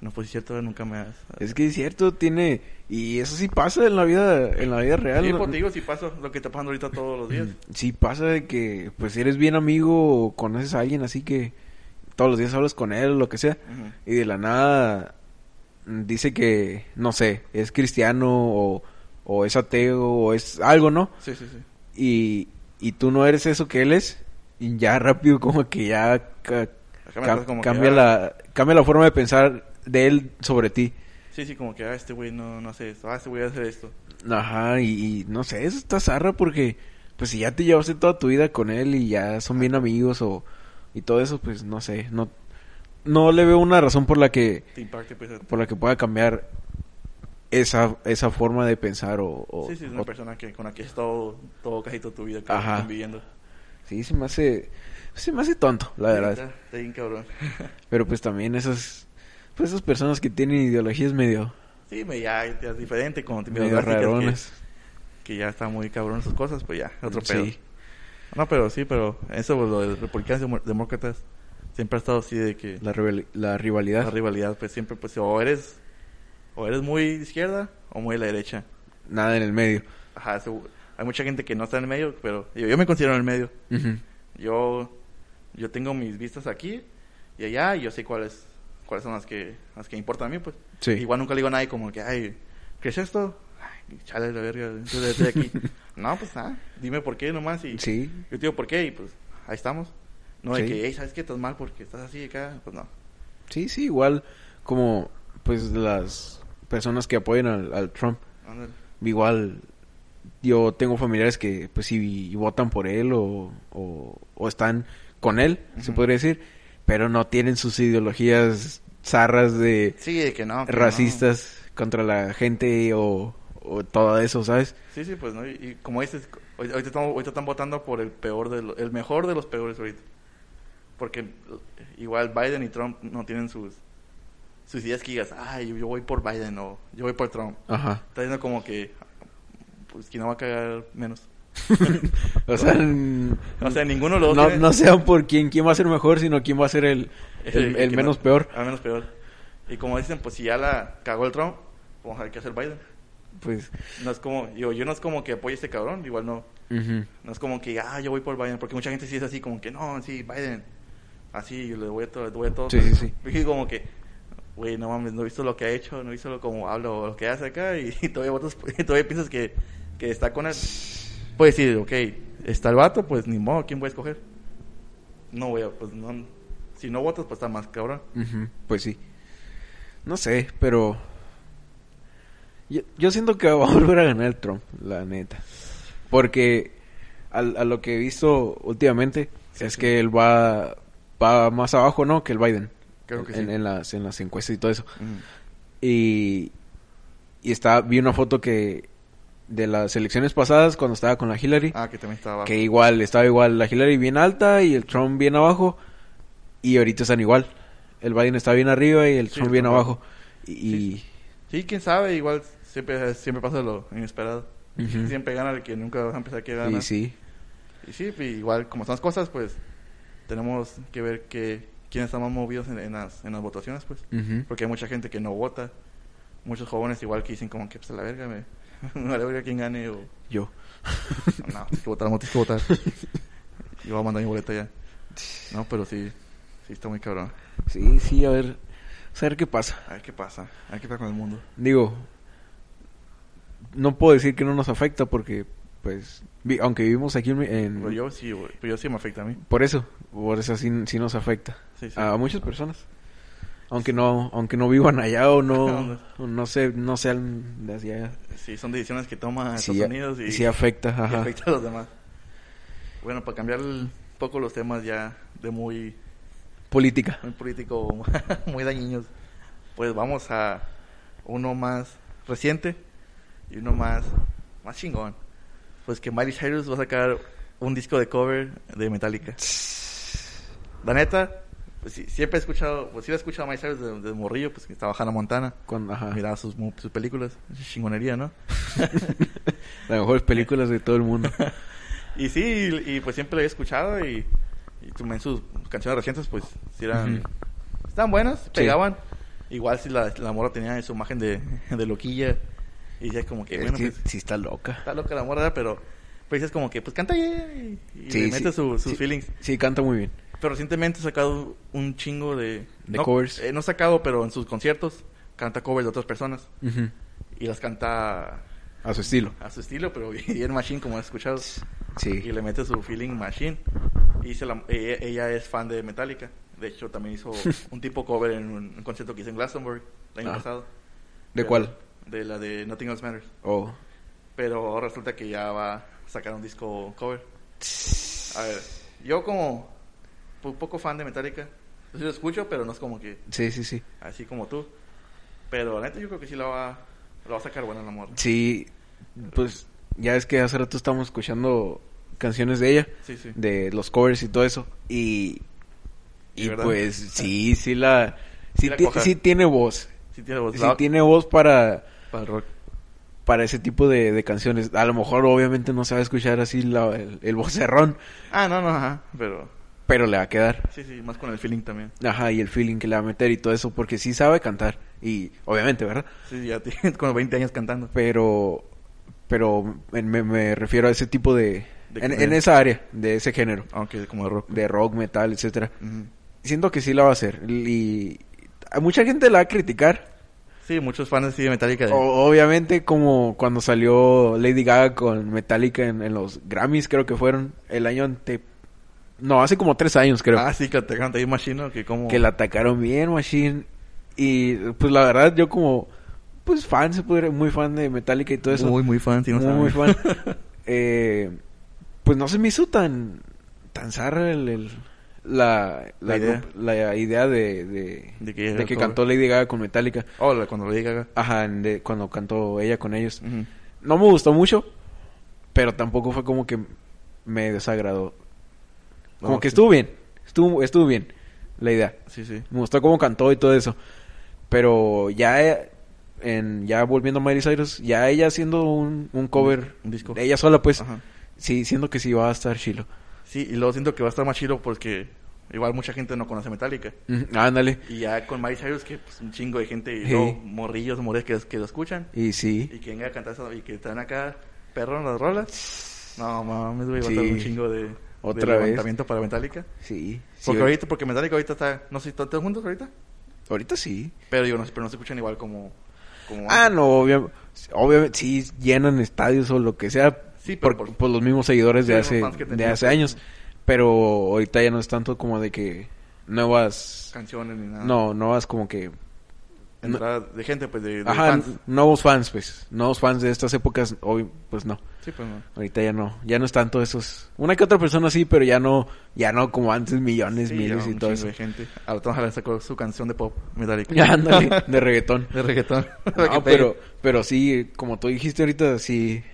Speaker 1: no, pues es cierto, nunca me has...
Speaker 2: Es que es cierto, tiene... Y eso sí pasa en la vida, en la vida real.
Speaker 1: Sí,
Speaker 2: ¿no? Mm,
Speaker 1: pues, te digo, si pasa lo que está pasando ahorita todos los días.
Speaker 2: Sí pasa de que pues eres bien amigo o conoces a alguien así que todos los días hablas con él o lo que sea.
Speaker 1: Ujú.
Speaker 2: Y de la nada mm, dice que, no sé, es cristiano o, o es ateo o es algo, ¿no?
Speaker 1: Sí, sí, sí.
Speaker 2: y, y tú no eres eso que él es, y ya rápido como que ya ca-
Speaker 1: Acá me
Speaker 2: ca-
Speaker 1: acuerdo como que,
Speaker 2: cambia,
Speaker 1: ah,
Speaker 2: la, cambia la forma de pensar de él sobre ti.
Speaker 1: Sí, sí, como que, ah, este güey no, no hace esto, ah, este güey hace esto.
Speaker 2: Ajá, y, y no sé, eso está zarra porque pues si ya te llevaste toda tu vida con él y ya son bien amigos o y todo eso, pues no sé, no no le veo una razón por la que
Speaker 1: Te impacta, pues. a-
Speaker 2: por la que pueda cambiar esa, esa forma de pensar o... o-
Speaker 1: sí, sí, es una
Speaker 2: o-
Speaker 1: persona que, con la que has estado todo casi toda tu vida que
Speaker 2: Oh. Ajá.
Speaker 1: conviviendo.
Speaker 2: sí, se me hace... Se me hace tonto, la
Speaker 1: Sí,
Speaker 2: verdad.
Speaker 1: Está, está bien cabrón.
Speaker 2: Pero pues también esas... Pues esas personas que tienen ideologías medio...
Speaker 1: Sí, me, ya, ya es diferente cuando te
Speaker 2: Medio
Speaker 1: miras que,
Speaker 2: raronas.
Speaker 1: que ya está muy cabrón sus cosas, pues ya, otro pedo.
Speaker 2: Sí.
Speaker 1: No, pero sí, pero eso, pues, lo de republicanos y demo- demócratas siempre ha estado así de que
Speaker 2: La, rebel- la rivalidad.
Speaker 1: la rivalidad, pues siempre, pues o eres, o eres muy izquierda o muy de la derecha.
Speaker 2: Nada en el medio.
Speaker 1: Ajá, eso- hay mucha gente que no está en el medio, pero yo, yo me considero en el medio.
Speaker 2: Ujú.
Speaker 1: Yo, yo tengo mis vistas aquí y allá y yo sé cuáles, cuáles son las que, las que importan a mí, pues.
Speaker 2: Sí.
Speaker 1: Igual nunca le digo a nadie como que, ay, ¿qué es esto? Ay, chale la verga, entonces estoy aquí. no, pues nada, dime por qué nomás y
Speaker 2: Sí.
Speaker 1: yo te digo por qué y pues ahí estamos. No de
Speaker 2: Sí.
Speaker 1: que, hey, ¿sabes qué? Estás mal porque estás así acá, pues no.
Speaker 2: Sí, sí, igual como pues las personas que apoyan al, al Trump.
Speaker 1: Ándale.
Speaker 2: Igual yo tengo familiares que pues si votan por él o, o, o están con él, se
Speaker 1: Ujú.
Speaker 2: podría decir, pero no tienen sus ideologías zarras de
Speaker 1: Sí, de que no. pues, que no.
Speaker 2: racistas contra la gente o, o todo eso, ¿sabes?
Speaker 1: Sí, sí, pues no. Y, y como dices, hoy- ahorita, estamos- ahorita están votando por el peor de lo- el mejor de los peores ahorita. Porque eh, igual Biden y Trump no tienen sus, sus ideas que digas, ay, yo, yo voy por Biden o yo voy por Trump.
Speaker 2: Ajá.
Speaker 1: Está diciendo como que, pues, ¿quién no va a cagar menos?
Speaker 2: O sea,
Speaker 1: O sea, ninguno de los dos
Speaker 2: no,
Speaker 1: tiene-
Speaker 2: no sean por quién, quién va a ser mejor, sino quién va a ser el, el, el
Speaker 1: que
Speaker 2: menos
Speaker 1: no-
Speaker 2: peor.
Speaker 1: Al menos peor. Y como dicen, pues, si ya la cagó el Trump, vamos a ver qué hace el Biden.
Speaker 2: Pues,
Speaker 1: No es como, yo, yo no es como que apoye a este cabrón, igual no.
Speaker 2: ujú.
Speaker 1: No es como que, ah, yo voy por Biden, porque mucha gente sí es así, como que, no, sí, Biden. Así, yo le voy a todo, le voy a todo.
Speaker 2: Sí, sí, sí.
Speaker 1: Y como que, güey, no mames, no he visto lo que ha hecho, no he visto lo, como habla o lo que hace acá, y, todavía votas, todavía piensas que, que está con él. Puedes decir, ok, está el vato, pues ni modo, ¿quién voy a escoger? No voy a, pues no. Si no votas, pues está más cabrón.
Speaker 2: Ujú, Pues sí. No sé, pero... Yo, yo siento que va a volver a ganar el Trump, la neta. Porque al- a, lo que he visto últimamente
Speaker 1: Sí,
Speaker 2: es
Speaker 1: sí.
Speaker 2: que él va, va más abajo, ¿no? Que el Biden.
Speaker 1: Creo que
Speaker 2: en,
Speaker 1: sí.
Speaker 2: en las, en las encuestas y todo eso.
Speaker 1: Ujú.
Speaker 2: Y, y está, vi una foto que de las elecciones pasadas cuando estaba con la Hillary.
Speaker 1: Ah, que también estaba abajo.
Speaker 2: Que igual, estaba igual la Hillary bien alta y el Trump bien abajo. Y ahorita están igual. El Biden está bien arriba y el
Speaker 1: Sí,
Speaker 2: Trump
Speaker 1: el
Speaker 2: bien
Speaker 1: Trump
Speaker 2: abajo. Y...
Speaker 1: Sí, quién sabe, igual siempre, siempre pasa lo inesperado.
Speaker 2: Ujú.
Speaker 1: Siempre gana el que nunca vas a empezar que
Speaker 2: y
Speaker 1: gana.
Speaker 2: sí.
Speaker 1: Y sí, pues, igual como son las cosas, pues tenemos que ver que quiénes están más movidos en, en las, en las votaciones, pues.
Speaker 2: Ujú.
Speaker 1: Porque hay mucha gente que no vota. Muchos jóvenes igual que dicen como que, pues a la verga, me, me vale verga quién gane o...
Speaker 2: Yo.
Speaker 1: No, tienes que votar, no tienes que votar. Yo voy a mandar mi boleta ya. No, pero sí, sí está muy cabrón.
Speaker 2: Sí, sí, a ver. A ver qué pasa.
Speaker 1: A ver qué pasa, a ver qué pasa con el mundo.
Speaker 2: Digo, no puedo decir que no nos afecta porque, pues, vi- aunque vivimos aquí en... en-
Speaker 1: Pero yo sí, güey, pero yo sí me afecta a mí.
Speaker 2: Por eso, por eso sí, sí nos afecta.
Speaker 1: Sí, sí.
Speaker 2: A muchas personas. Aunque no, aunque no vivan allá o no, o no sé, no sean de allá.
Speaker 1: Sí, son decisiones que toma
Speaker 2: Sí,
Speaker 1: Estados Unidos y,
Speaker 2: sí afecta,
Speaker 1: y
Speaker 2: ajá.
Speaker 1: afecta a los demás. Bueno, para cambiar un poco los temas ya de muy,
Speaker 2: Política.
Speaker 1: muy político, muy dañinos, pues vamos a uno más reciente y uno más, más chingón. Pues que Miley Cyrus va a sacar un disco de cover de Metallica. La neta, pues sí, siempre he escuchado, pues sí he escuchado a Miley Cyrus desde, desde morrillo, pues que estaba Hannah Montana.
Speaker 2: Cuando, ajá.
Speaker 1: Miraba sus, mu- sus películas, chingonería, ¿no?
Speaker 2: Las mejores películas de todo el mundo.
Speaker 1: Y sí, y, y, pues siempre lo he escuchado y, y también sus canciones recientes pues sí eran...
Speaker 2: Ujú.
Speaker 1: Estaban buenas, pegaban. Igual si la, la morra tenía su imagen de, de loquilla y decías como que, bueno,
Speaker 2: sí,
Speaker 1: pues
Speaker 2: sí está loca.
Speaker 1: está loca la morra, ¿verdad? pero pues dices como que, pues canta bien y, y
Speaker 2: Sí,
Speaker 1: le
Speaker 2: sí,
Speaker 1: mete su- sus
Speaker 2: sí.
Speaker 1: feelings.
Speaker 2: Sí, canta muy bien.
Speaker 1: Pero recientemente ha sacado un chingo de...
Speaker 2: De
Speaker 1: no,
Speaker 2: covers.
Speaker 1: eh, no sacado, pero en sus conciertos canta covers de otras personas
Speaker 2: Ujú.
Speaker 1: y las canta
Speaker 2: A su estilo.
Speaker 1: a su estilo, pero bien machine como has escuchado. y
Speaker 2: Sí.
Speaker 1: le mete su feeling machine. Y se la- ella, ella es fan de Metallica. De hecho, también hizo un tipo cover en un, un concierto que hizo en Glastonbury el año
Speaker 2: Ah.
Speaker 1: pasado.
Speaker 2: ¿De
Speaker 1: Pero-
Speaker 2: cuál?
Speaker 1: De la de Nothing Else Matters.
Speaker 2: Oh.
Speaker 1: Pero resulta que ya va a sacar un disco cover. A ver, yo como un poco fan de Metallica, pues yo lo escucho, pero no es como que
Speaker 2: Sí, sí, sí.
Speaker 1: así como tú. Pero la neta yo creo que sí la va, Lo va a sacar bueno la morra.
Speaker 2: Sí, pues ya es que hace rato estamos escuchando canciones de ella,
Speaker 1: Sí, sí.
Speaker 2: de los covers y todo eso. Y,
Speaker 1: ¿Y
Speaker 2: y
Speaker 1: verdad?
Speaker 2: pues sí, sí la... Sí,
Speaker 1: la
Speaker 2: ti-
Speaker 1: cuaja.
Speaker 2: sí tiene voz.
Speaker 1: Sí tiene voz.
Speaker 2: Sí
Speaker 1: La-
Speaker 2: tiene voz para,
Speaker 1: Para el rock.
Speaker 2: para ese tipo de, de canciones. A lo mejor obviamente no se va a escuchar así la- el, el vocerrón,
Speaker 1: Ah, no, no, ajá. Pero
Speaker 2: pero le va a quedar.
Speaker 1: sí, sí, más con el feeling también.
Speaker 2: Ajá, y el feeling que le va a meter y todo eso, porque sí sabe cantar. Y obviamente, ¿verdad?
Speaker 1: Sí, ya tiene con los 20 años cantando.
Speaker 2: Pero, pero me, me- me refiero a ese tipo de...
Speaker 1: De
Speaker 2: en,
Speaker 1: género.
Speaker 2: en esa área, de ese género.
Speaker 1: Aunque como de rock.
Speaker 2: De rock, metal, etcétera.
Speaker 1: Ujú.
Speaker 2: Siento que sí la va a hacer. Y a mucha gente la va a criticar.
Speaker 1: Sí, muchos fans sí, de Metallica. de-
Speaker 2: O- obviamente, como cuando salió Lady Gaga con Metallica en, en los Grammys, creo que fueron el año ante... No, hace como tres años, creo.
Speaker 1: Ah, sí, que te canta ahí Machino, que como...
Speaker 2: que la atacaron bien, Machine. Y pues la verdad, yo como, pues fan, se podría, muy fan de Metallica y todo eso.
Speaker 1: Muy, muy fan, sí, no
Speaker 2: muy, muy
Speaker 1: saben.
Speaker 2: fan. Eh, pues no se me hizo tan, tan zarra el, el- la, la,
Speaker 1: La idea.
Speaker 2: grup- la idea de, de,
Speaker 1: De que-
Speaker 2: de cantó Lady Gaga con Metallica.
Speaker 1: Oh, la- cuando lo diga.
Speaker 2: Ajá, en de- cuando cantó ella con ellos.
Speaker 1: Ujú.
Speaker 2: No me gustó mucho, pero tampoco fue como que me desagradó. Como
Speaker 1: No, sí.
Speaker 2: que estuvo bien, estuvo, estuvo bien la idea.
Speaker 1: Sí, sí.
Speaker 2: Me gustó cómo cantó y todo eso. Pero ya eh, en ya volviendo a Miley Cyrus, ya ella haciendo un, un cover
Speaker 1: Un disco.
Speaker 2: de ella sola pues
Speaker 1: Ajá.
Speaker 2: sí, siento que sí va a estar chilo.
Speaker 1: Sí, y luego siento que va a estar más chido porque igual mucha gente no conoce Metallica.
Speaker 2: Ujú, Ándale.
Speaker 1: Y ya con Miley Cyrus, que pues un chingo de gente y
Speaker 2: Sí.
Speaker 1: luego morrillos, morrillas que, que lo escuchan.
Speaker 2: Y sí.
Speaker 1: Y que venga a cantar esa- y que traen acá perro en las rolas. No mames, güey, va a
Speaker 2: Sí.
Speaker 1: estar un chingo de,
Speaker 2: Otra
Speaker 1: de
Speaker 2: vez.
Speaker 1: levantamiento para Metallica.
Speaker 2: Sí. sí,
Speaker 1: Porque
Speaker 2: ahor-
Speaker 1: ahorita, porque Metallica ahorita está, no sé si están todos juntos ahorita,
Speaker 2: ahorita sí.
Speaker 1: pero digo, no, pero no se escuchan igual como, como
Speaker 2: Ah,
Speaker 1: antes.
Speaker 2: no, obviamente obviamente sí llenan estadios o lo que sea
Speaker 1: Sí, pero
Speaker 2: por,
Speaker 1: por-
Speaker 2: por los mismos seguidores de
Speaker 1: Sí, los
Speaker 2: hace
Speaker 1: fans que
Speaker 2: de
Speaker 1: tenían,
Speaker 2: hace
Speaker 1: pues.
Speaker 2: años, pero ahorita ya no es tanto como de que nuevas
Speaker 1: canciones ni nada.
Speaker 2: no, nuevas como que
Speaker 1: Entrada de gente, pues, de, de
Speaker 2: Ajá,
Speaker 1: fans.
Speaker 2: n- nuevos fans, pues. Nuevos fans de estas épocas, hoy, pues no.
Speaker 1: Sí, pues, no.
Speaker 2: Ahorita ya no, ya no es tanto esos. Una que otra persona sí, pero ya no, ya no como antes, millones,
Speaker 1: Sí,
Speaker 2: miles
Speaker 1: ya,
Speaker 2: y
Speaker 1: un
Speaker 2: todo
Speaker 1: chingo
Speaker 2: eso.
Speaker 1: de gente. Ahora Tom Hardy sacó su canción de pop, Metallica.
Speaker 2: Ya, ándale, de reggaetón.
Speaker 1: De reggaetón. Para que
Speaker 2: No,
Speaker 1: pegue.
Speaker 2: pero, pero sí, como tú dijiste ahorita, sí.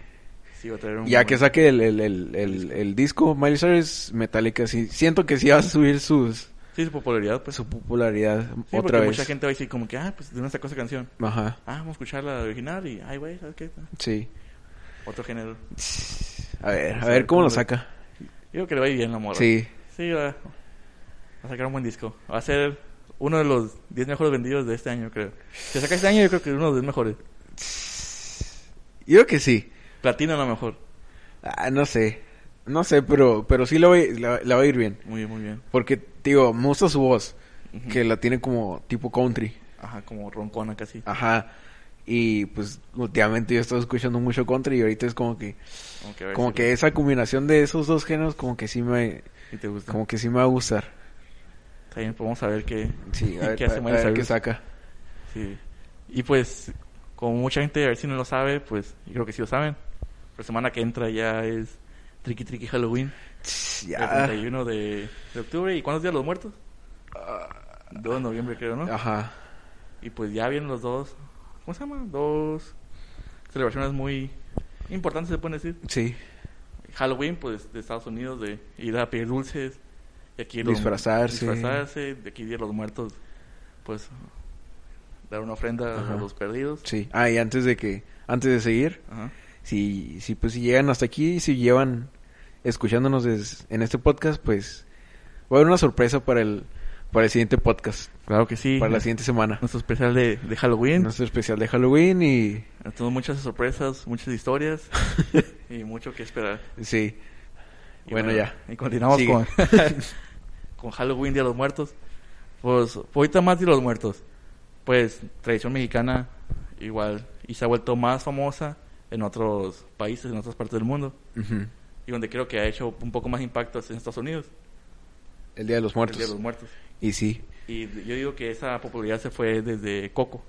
Speaker 1: Sí, va a traer un
Speaker 2: Ya
Speaker 1: buen-
Speaker 2: que saque el, el, el, el, el disco, Miley Cyrus, Metallica, sí. Siento que sí va a subir sus,
Speaker 1: Sí, su popularidad, pues.
Speaker 2: su popularidad
Speaker 1: Sí,
Speaker 2: otra
Speaker 1: porque
Speaker 2: vez.
Speaker 1: mucha gente va a decir como que, ah, pues, de una sacó esa canción.
Speaker 2: Ajá,
Speaker 1: Ah, vamos a escuchar la original y, ay, güey, ¿sabes qué?
Speaker 2: sí.
Speaker 1: Otro género.
Speaker 2: A ver, a
Speaker 1: Vamos a ver
Speaker 2: ver cómo lo
Speaker 1: cómo le-
Speaker 2: saca.
Speaker 1: Yo creo que le va a ir bien la morra.
Speaker 2: Sí,
Speaker 1: Sí, va, va a sacar un buen disco. Va a ser uno de los 10 mejores vendidos de este año, creo. Si saca este año, yo creo que es uno de los 10 mejores.
Speaker 2: yo creo que sí.
Speaker 1: Platino a lo mejor.
Speaker 2: Ah, no sé. No sé, pero, pero sí la va, la, la va a ir bien.
Speaker 1: Muy bien, muy bien.
Speaker 2: Porque, digo, me gusta su voz.
Speaker 1: Ujú.
Speaker 2: Que la tiene como tipo country.
Speaker 1: Ajá, como roncona casi.
Speaker 2: Ajá. Y pues últimamente yo he estado escuchando mucho country y ahorita es como que...
Speaker 1: Como que, a ver
Speaker 2: Como
Speaker 1: si-
Speaker 2: que esa combinación de esos dos géneros como que sí me...
Speaker 1: si te gusta.
Speaker 2: Como que sí me va a gustar.
Speaker 1: Está bien, pues vamos a ver qué,
Speaker 2: Sí, a ver,
Speaker 1: qué
Speaker 2: a-
Speaker 1: hace
Speaker 2: a
Speaker 1: Miley
Speaker 2: ver qué
Speaker 1: Cyrus.
Speaker 2: saca.
Speaker 1: Sí. Y pues, como mucha gente a ver si no lo sabe, pues yo creo que sí lo saben. La semana que entra ya es Tricky Tricky Halloween. El
Speaker 2: Ya.
Speaker 1: 31 de, de octubre. ¿Y cuándo es Día de los Muertos? 2 de noviembre, creo, ¿no?
Speaker 2: Ah. Ajá.
Speaker 1: Y pues ya vienen los dos. ¿Cómo se llama? Dos celebraciones muy importantes, se pueden decir.
Speaker 2: Sí.
Speaker 1: Halloween, pues de Estados Unidos, de ir a pedir dulces. Y aquí los-
Speaker 2: Disfrazarse.
Speaker 1: Disfrazarse. De aquí Día de los Muertos, pues dar una ofrenda
Speaker 2: Ajá.
Speaker 1: a los perdidos.
Speaker 2: Sí. Ah, y antes de que... Antes de seguir,
Speaker 1: Ajá.
Speaker 2: si, si pues si llegan hasta aquí y si llevan escuchándonos des- en este podcast, pues va a haber una sorpresa para el para el siguiente podcast,
Speaker 1: Claro que sí.
Speaker 2: para la siguiente semana.
Speaker 1: Nuestro especial de, de Halloween.
Speaker 2: Nuestro especial de Halloween y
Speaker 1: Tenemos muchas sorpresas, muchas historias y mucho que esperar.
Speaker 2: sí,
Speaker 1: Y
Speaker 2: Bueno, ya.
Speaker 1: Y continuamos
Speaker 2: Sigue.
Speaker 1: con, con Halloween, Día de los Muertos. Pues, pues, ahorita más Día de los Muertos. Pues, tradición mexicana, igual. Y se ha vuelto más famosa en otros países, en otras partes del mundo.
Speaker 2: Ujú.
Speaker 1: Y donde creo que ha hecho un poco más impacto es en Estados Unidos.
Speaker 2: el Día de los
Speaker 1: el
Speaker 2: Muertos.
Speaker 1: Día de los Muertos.
Speaker 2: Y sí,
Speaker 1: Y yo digo que esa popularidad se fue desde Coco.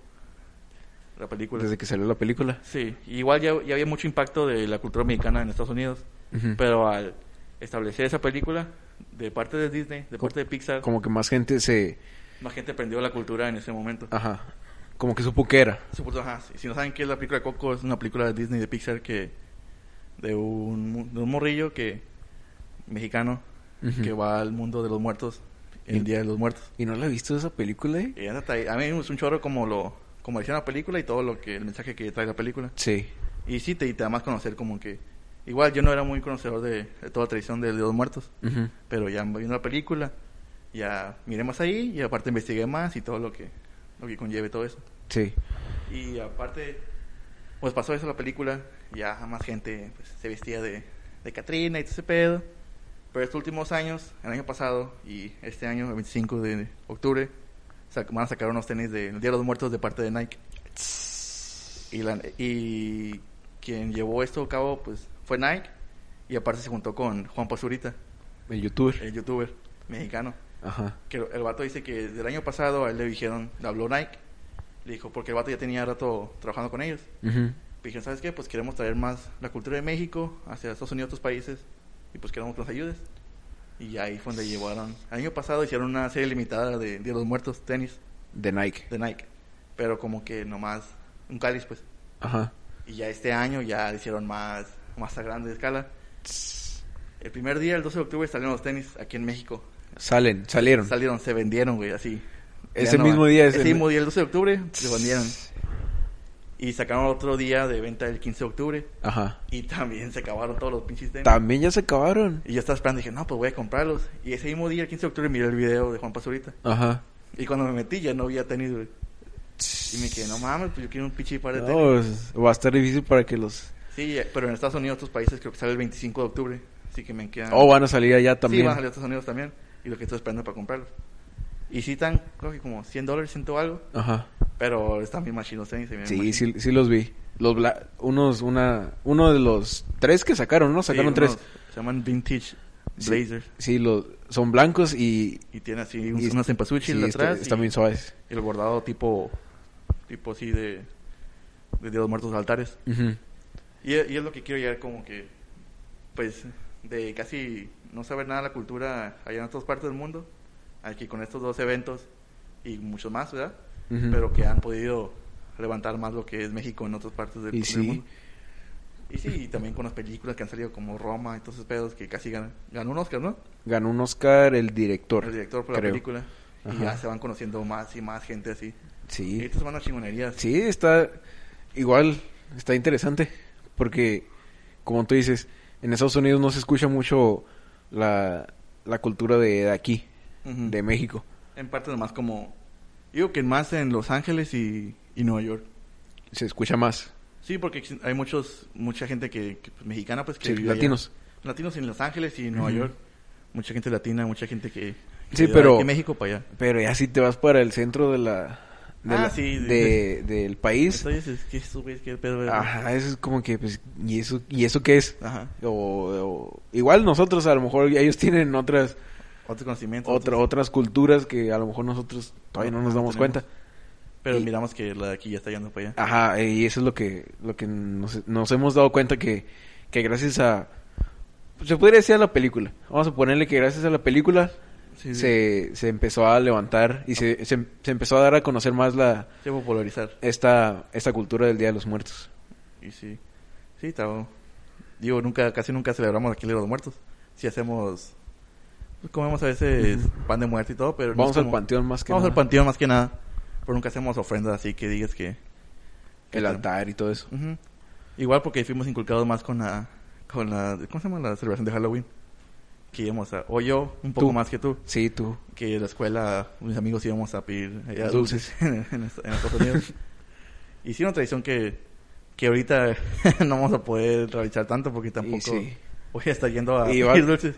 Speaker 1: La película.
Speaker 2: desde que salió la película.
Speaker 1: Sí, igual ya, ya había mucho impacto de la cultura mexicana en Estados Unidos,
Speaker 2: Ujú.
Speaker 1: pero al establecer esa película de parte de Disney, de parte de Pixar,
Speaker 2: Como que más gente se Ah.
Speaker 1: más gente aprendió la cultura en ese momento.
Speaker 2: ajá, como que supo que era.
Speaker 1: Supuesto, ajá, sí. Si no saben qué es la película de Coco, es una película de Disney, de Pixar, que... De un, mu- de un morrillo que... Mexicano.
Speaker 2: Ujú.
Speaker 1: Que va al mundo de los muertos. El
Speaker 2: Y-
Speaker 1: Día de los Muertos.
Speaker 2: ¿Y no la he visto esa película, eh?
Speaker 1: Y esa trae- a mí es un chorro como lo... Como decía la película y todo lo que... El mensaje que trae la película.
Speaker 2: Sí.
Speaker 1: Y sí, te, y te da más conocer como que... Igual yo no era muy conocedor de, de toda la tradición del Día de los Muertos.
Speaker 2: Ujú.
Speaker 1: Pero ya viendo la película, ya miré más ahí y aparte investigué más y todo lo que, lo que conlleve todo eso.
Speaker 2: Sí.
Speaker 1: Y aparte, pues pasó eso en la película, ya más gente pues, se vestía de, de Catrina y todo ese pedo. Pero estos últimos años, el año pasado y este año, el 25 de octubre, sac- van a sacar unos tenis de Día de los Muertos de parte de Nike. Y, la- y quien llevó esto a cabo pues fue Nike y aparte se juntó con Juan Pazurita,
Speaker 2: El youtuber.
Speaker 1: el youtuber mexicano
Speaker 2: Ajá.
Speaker 1: que el vato dice que desde el año pasado a él le dijeron, le habló Nike, le dijo, porque el vato ya tenía rato trabajando con ellos.
Speaker 2: Ujú.
Speaker 1: Le dijeron, ¿sabes qué? Pues queremos traer más la cultura de México hacia Estados Unidos, otros países, y pues queremos que nos ayudes. Y ahí fue donde llevaron. El año pasado hicieron una serie limitada de Día de los Muertos, tenis,
Speaker 2: De Nike.
Speaker 1: de Nike, pero como que nomás un cáliz, pues.
Speaker 2: Ajá.
Speaker 1: Y ya este año ya hicieron más, más a grande escala. El primer día, el 12 de octubre, salieron los tenis aquí en México.
Speaker 2: Salen, salieron.
Speaker 1: Salieron, se vendieron, güey, así.
Speaker 2: Ese
Speaker 1: Ya no
Speaker 2: mismo
Speaker 1: van.
Speaker 2: día,
Speaker 1: Ese
Speaker 2: ese-
Speaker 1: mismo día, el 12 de octubre, se vendieron. Y sacaron otro día de venta el 15 de octubre.
Speaker 2: Ajá.
Speaker 1: Y también se acabaron todos los pinches tenis.
Speaker 2: También ya se acabaron.
Speaker 1: y yo estaba esperando, dije, no, pues voy a comprarlos. Y ese mismo día, el 15 de octubre, miré el video de Juan Pazurita.
Speaker 2: Ajá.
Speaker 1: Y cuando me metí, ya no había tenis, güey. Y me quedé, no mames, pues yo quiero un pinche par de tenis.
Speaker 2: No, es- va a estar difícil para que los...
Speaker 1: Sí, eh, pero en Estados Unidos, otros países, creo que sale el 25 de octubre. Así que me quedan.
Speaker 2: Oh, van a salir allá
Speaker 1: Ah. Sí,
Speaker 2: también.
Speaker 1: van a salir a Estados Unidos también. Y lo que estoy esperando para comprarlos. Y sí, están, creo que como 100 dólares, 100 o algo.
Speaker 2: Ajá.
Speaker 1: Pero están bien machinos tenis. se ven
Speaker 2: Sí,
Speaker 1: machinos.
Speaker 2: sí, sí los vi. Los bla- unos, una, uno de los tres que sacaron, ¿no?
Speaker 1: Sí,
Speaker 2: Sacaron
Speaker 1: unos-
Speaker 2: tres.
Speaker 1: Se llaman Vintage
Speaker 2: Sí.
Speaker 1: Blazers.
Speaker 2: Sí, los, son blancos y...
Speaker 1: Y tiene así un-
Speaker 2: y-
Speaker 1: unas cempasúchil
Speaker 2: sí, este, está-
Speaker 1: atrás.
Speaker 2: Están
Speaker 1: y
Speaker 2: bien suaves.
Speaker 1: el bordado tipo, tipo así de, de Dios Muertos Altares.
Speaker 2: Ujú.
Speaker 1: Y, e- y es lo que quiero llegar como que, pues, de casi no saber nada de la cultura allá en otras partes del mundo. Aquí con estos dos eventos y muchos más, ¿verdad?
Speaker 2: Ujú.
Speaker 1: Pero que han podido levantar más lo que es México en otras partes del,
Speaker 2: Y
Speaker 1: del
Speaker 2: sí.
Speaker 1: mundo. Y sí, y también con las películas que han salido como Roma y todos esos pedos que casi ganan, ganó un Oscar, ¿no?
Speaker 2: Ganó un Oscar el director.
Speaker 1: el director por la
Speaker 2: creo.
Speaker 1: película. Y
Speaker 2: Ajá.
Speaker 1: ya se van conociendo más y más gente así. Y
Speaker 2: Sí.
Speaker 1: estas van a chingonerías.
Speaker 2: Sí, está igual, está interesante, porque como tú dices, en Estados Unidos no se escucha mucho la, la cultura de, de aquí,
Speaker 1: Ujú.
Speaker 2: de México.
Speaker 1: En parte nomás como... Digo que más en Los Ángeles y, y Nueva York.
Speaker 2: Se escucha más.
Speaker 1: Sí, porque exi- hay muchos mucha gente que, que, pues, mexicana, pues que...
Speaker 2: Sí,
Speaker 1: vive allá.
Speaker 2: latinos.
Speaker 1: Latinos en Los Ángeles y Nueva
Speaker 2: Ujú.
Speaker 1: York. Mucha gente latina, mucha gente que...
Speaker 2: Sí,
Speaker 1: que
Speaker 2: pero-
Speaker 1: De aquí a México para allá.
Speaker 2: Pero ya si te vas para el centro de la, de
Speaker 1: Ah,
Speaker 2: la-
Speaker 1: sí,
Speaker 2: de- del país,
Speaker 1: Entonces, es que estos güeyes, qué pedo, ¿verdad?
Speaker 2: ajá, eso es como que, pues, ¿y eso, ¿y eso qué es?
Speaker 1: Ajá.
Speaker 2: O, o- igual nosotros a lo mejor ellos tienen otras
Speaker 1: Otro conocimiento.
Speaker 2: otra,
Speaker 1: otros-
Speaker 2: otras culturas que a lo mejor nosotros todavía no nos
Speaker 1: No
Speaker 2: damos
Speaker 1: tenemos.
Speaker 2: cuenta.
Speaker 1: Pero
Speaker 2: y- Ah,
Speaker 1: miramos que la de aquí ya está yendo para allá.
Speaker 2: Ajá, eh, y eso es lo que, lo que nos, nos hemos dado cuenta que, que gracias a... Se podría decir a la película. Vamos a ponerle que gracias a la película
Speaker 1: Sí, sí.
Speaker 2: se, se empezó a levantar y se, se, se empezó a dar a conocer más la
Speaker 1: Se va a polarizar.
Speaker 2: esta, esta cultura del Día de los Muertos.
Speaker 1: Y sí. Sí, está. bueno. Digo, nunca, casi nunca celebramos aquí el Día de los muertos. Si hacemos. pues, comemos a veces pan de muerto y todo, pero. no es
Speaker 2: Vamos al
Speaker 1: como-
Speaker 2: panteón más que
Speaker 1: Vamos
Speaker 2: nada.
Speaker 1: al panteón más que nada. Pero nunca hacemos ofrendas así que digas que.
Speaker 2: El altar y todo eso.
Speaker 1: Ujú. Igual porque fuimos inculcados más con la. Con la ¿Cómo se llama la celebración de Halloween? Que íbamos a. O yo, un poco
Speaker 2: Tú.
Speaker 1: más que tú.
Speaker 2: Sí, tú.
Speaker 1: Que en la escuela, mis amigos íbamos a pedir allá
Speaker 2: Dulces.
Speaker 1: en, en Estados Unidos. y sí, una tradición que, que ahorita no vamos a poder realizar tanto porque tampoco
Speaker 2: Y, sí.
Speaker 1: voy a estar yendo a
Speaker 2: Y va-
Speaker 1: pedir dulces.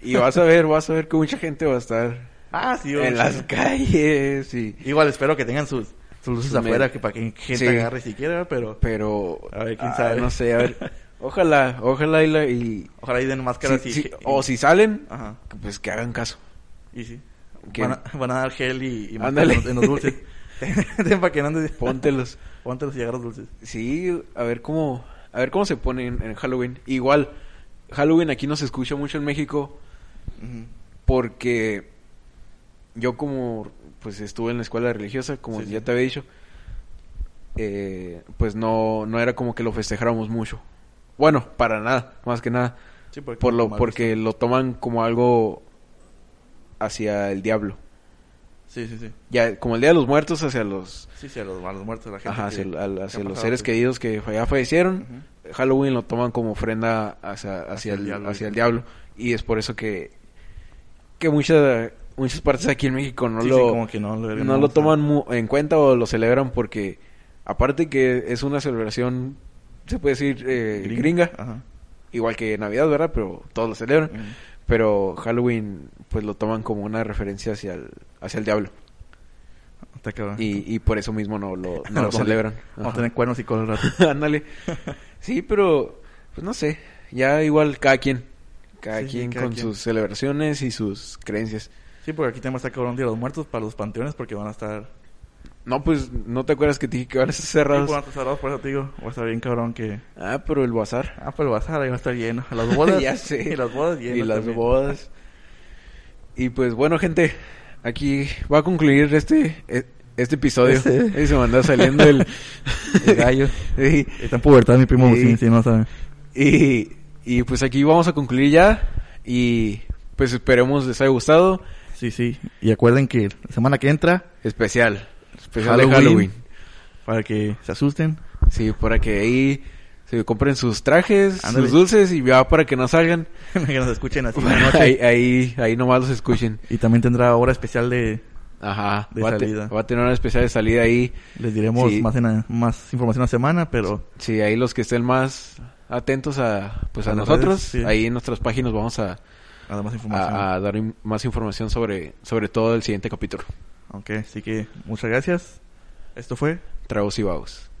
Speaker 2: y vas a ver, vas a ver que mucha gente va a estar
Speaker 1: Ah, sí, güey.
Speaker 2: en las calles y...
Speaker 1: Igual espero que tengan sus, sus luces
Speaker 2: Sus
Speaker 1: afuera
Speaker 2: med-
Speaker 1: que para que gente
Speaker 2: Sí.
Speaker 1: agarre si quiera, pero
Speaker 2: Pero...
Speaker 1: A ver, quién
Speaker 2: ah,
Speaker 1: sabe.
Speaker 2: no sé, a ver. Ojalá, ojalá y... la- y
Speaker 1: ojalá y den máscaras
Speaker 2: si-
Speaker 1: y-
Speaker 2: si-
Speaker 1: y-
Speaker 2: o si salen,
Speaker 1: Ajá,
Speaker 2: pues que hagan caso.
Speaker 1: y sí.
Speaker 2: Que-
Speaker 1: Van a, van a dar gel y, y máscaras
Speaker 2: Ándale.
Speaker 1: en los- en los dulces. Ten para que no andes...
Speaker 2: Póntelos.
Speaker 1: Póntelos y agarra los dulces.
Speaker 2: Sí, a ver cómo, a ver cómo se pone en, en Halloween. Igual, Halloween aquí no se escucha mucho en México
Speaker 1: Ujú.
Speaker 2: porque yo como, pues estuve en la escuela religiosa, como
Speaker 1: Sí,
Speaker 2: ya
Speaker 1: sí.
Speaker 2: te había dicho, eh, pues no, no era como que lo festejáramos mucho. Bueno, para nada, más que nada.
Speaker 1: Sí, porque
Speaker 2: Por lo,
Speaker 1: mal
Speaker 2: porque lo toman como algo hacia el diablo.
Speaker 1: visto. Sí, sí, sí.
Speaker 2: Ya, como el Día de los Muertos, hacia los,
Speaker 1: Sí, sí, a los, a los muertos, la gente.
Speaker 2: ajá, hacia,
Speaker 1: que-
Speaker 2: el- al-
Speaker 1: que ha
Speaker 2: hacia los
Speaker 1: pasado,
Speaker 2: seres
Speaker 1: sí.
Speaker 2: queridos que fa- ya fallecieron.
Speaker 1: Ujú.
Speaker 2: Halloween lo toman como ofrenda hacia, hacia,
Speaker 1: Hacia el
Speaker 2: el,
Speaker 1: diablo,
Speaker 2: hacia el
Speaker 1: sí.
Speaker 2: diablo. Y es por eso que, que muchas muchas partes aquí en México no
Speaker 1: Sí,
Speaker 2: lo...
Speaker 1: sí, como que no lo,
Speaker 2: no
Speaker 1: o
Speaker 2: lo
Speaker 1: sea,
Speaker 2: toman mu- en cuenta o lo celebran porque aparte que es una celebración se puede decir eh, gringa,
Speaker 1: Ajá.
Speaker 2: igual que Navidad verdad pero todos lo celebran
Speaker 1: Ujú.
Speaker 2: pero Halloween pues lo toman como una referencia hacia el hacia el diablo
Speaker 1: Está cabrón.
Speaker 2: y, y por eso mismo no lo, no
Speaker 1: Vamos
Speaker 2: lo
Speaker 1: a-
Speaker 2: celebran
Speaker 1: Vamos a
Speaker 2: Ajá.
Speaker 1: tener cuernos y cosas raras.
Speaker 2: ándale sí pero pues no sé ya igual cada quien cada
Speaker 1: Sí, sí,
Speaker 2: quien
Speaker 1: cada
Speaker 2: con
Speaker 1: quien.
Speaker 2: sus celebraciones y sus creencias
Speaker 1: Sí, porque aquí tenemos está cabrón Día de los Muertos para los panteones porque van a estar...
Speaker 2: no pues no te acuerdas que te dije que van a estar
Speaker 1: Cerrados.
Speaker 2: cerrados
Speaker 1: pues, Van a estar cerrados, por eso te digo. Va a estar bien cabrón que...
Speaker 2: ah pero el bazar
Speaker 1: Ah, pero el bazar ahí va a estar lleno. Las bodas...
Speaker 2: Ya sé.
Speaker 1: Y las bodas llenas
Speaker 2: y las
Speaker 1: también.
Speaker 2: bodas. Y pues bueno, gente, aquí va a concluir este e- este episodio.
Speaker 1: Este.
Speaker 2: Ahí se me anda saliendo el,
Speaker 1: El gallo.
Speaker 2: Sí.
Speaker 1: Está en pubertad mi primo,
Speaker 2: Sí.
Speaker 1: sí, sí, no saben.
Speaker 2: Y, y pues aquí vamos a concluir ya y pues esperemos les haya gustado.
Speaker 1: Sí, sí. Y acuerden que la semana que entra,
Speaker 2: Especial, especial de
Speaker 1: Halloween.
Speaker 2: Halloween.
Speaker 1: para que se asusten,
Speaker 2: Sí, para que ahí se compren sus trajes,
Speaker 1: Ándale.
Speaker 2: sus dulces y ya para que no salgan.
Speaker 1: que nos escuchen así en la noche.
Speaker 2: Ahí, ahí, ahí nomás los escuchen.
Speaker 1: Y también tendrá hora especial de...
Speaker 2: Ajá.
Speaker 1: De
Speaker 2: va, a te-
Speaker 1: salida.
Speaker 2: va a tener una especial de salida ahí.
Speaker 1: Les diremos
Speaker 2: Sí.
Speaker 1: más, en la- más información la semana, pero...
Speaker 2: Sí, ahí los que estén más atentos a, pues a,
Speaker 1: A las
Speaker 2: nosotros,
Speaker 1: redes, sí.
Speaker 2: ahí en nuestras páginas vamos a,
Speaker 1: Nada más información.
Speaker 2: a- a dar in- más información sobre, sobre todo el siguiente capítulo,
Speaker 1: Ok, así que muchas gracias. Esto fue
Speaker 2: Tragos y Vagos.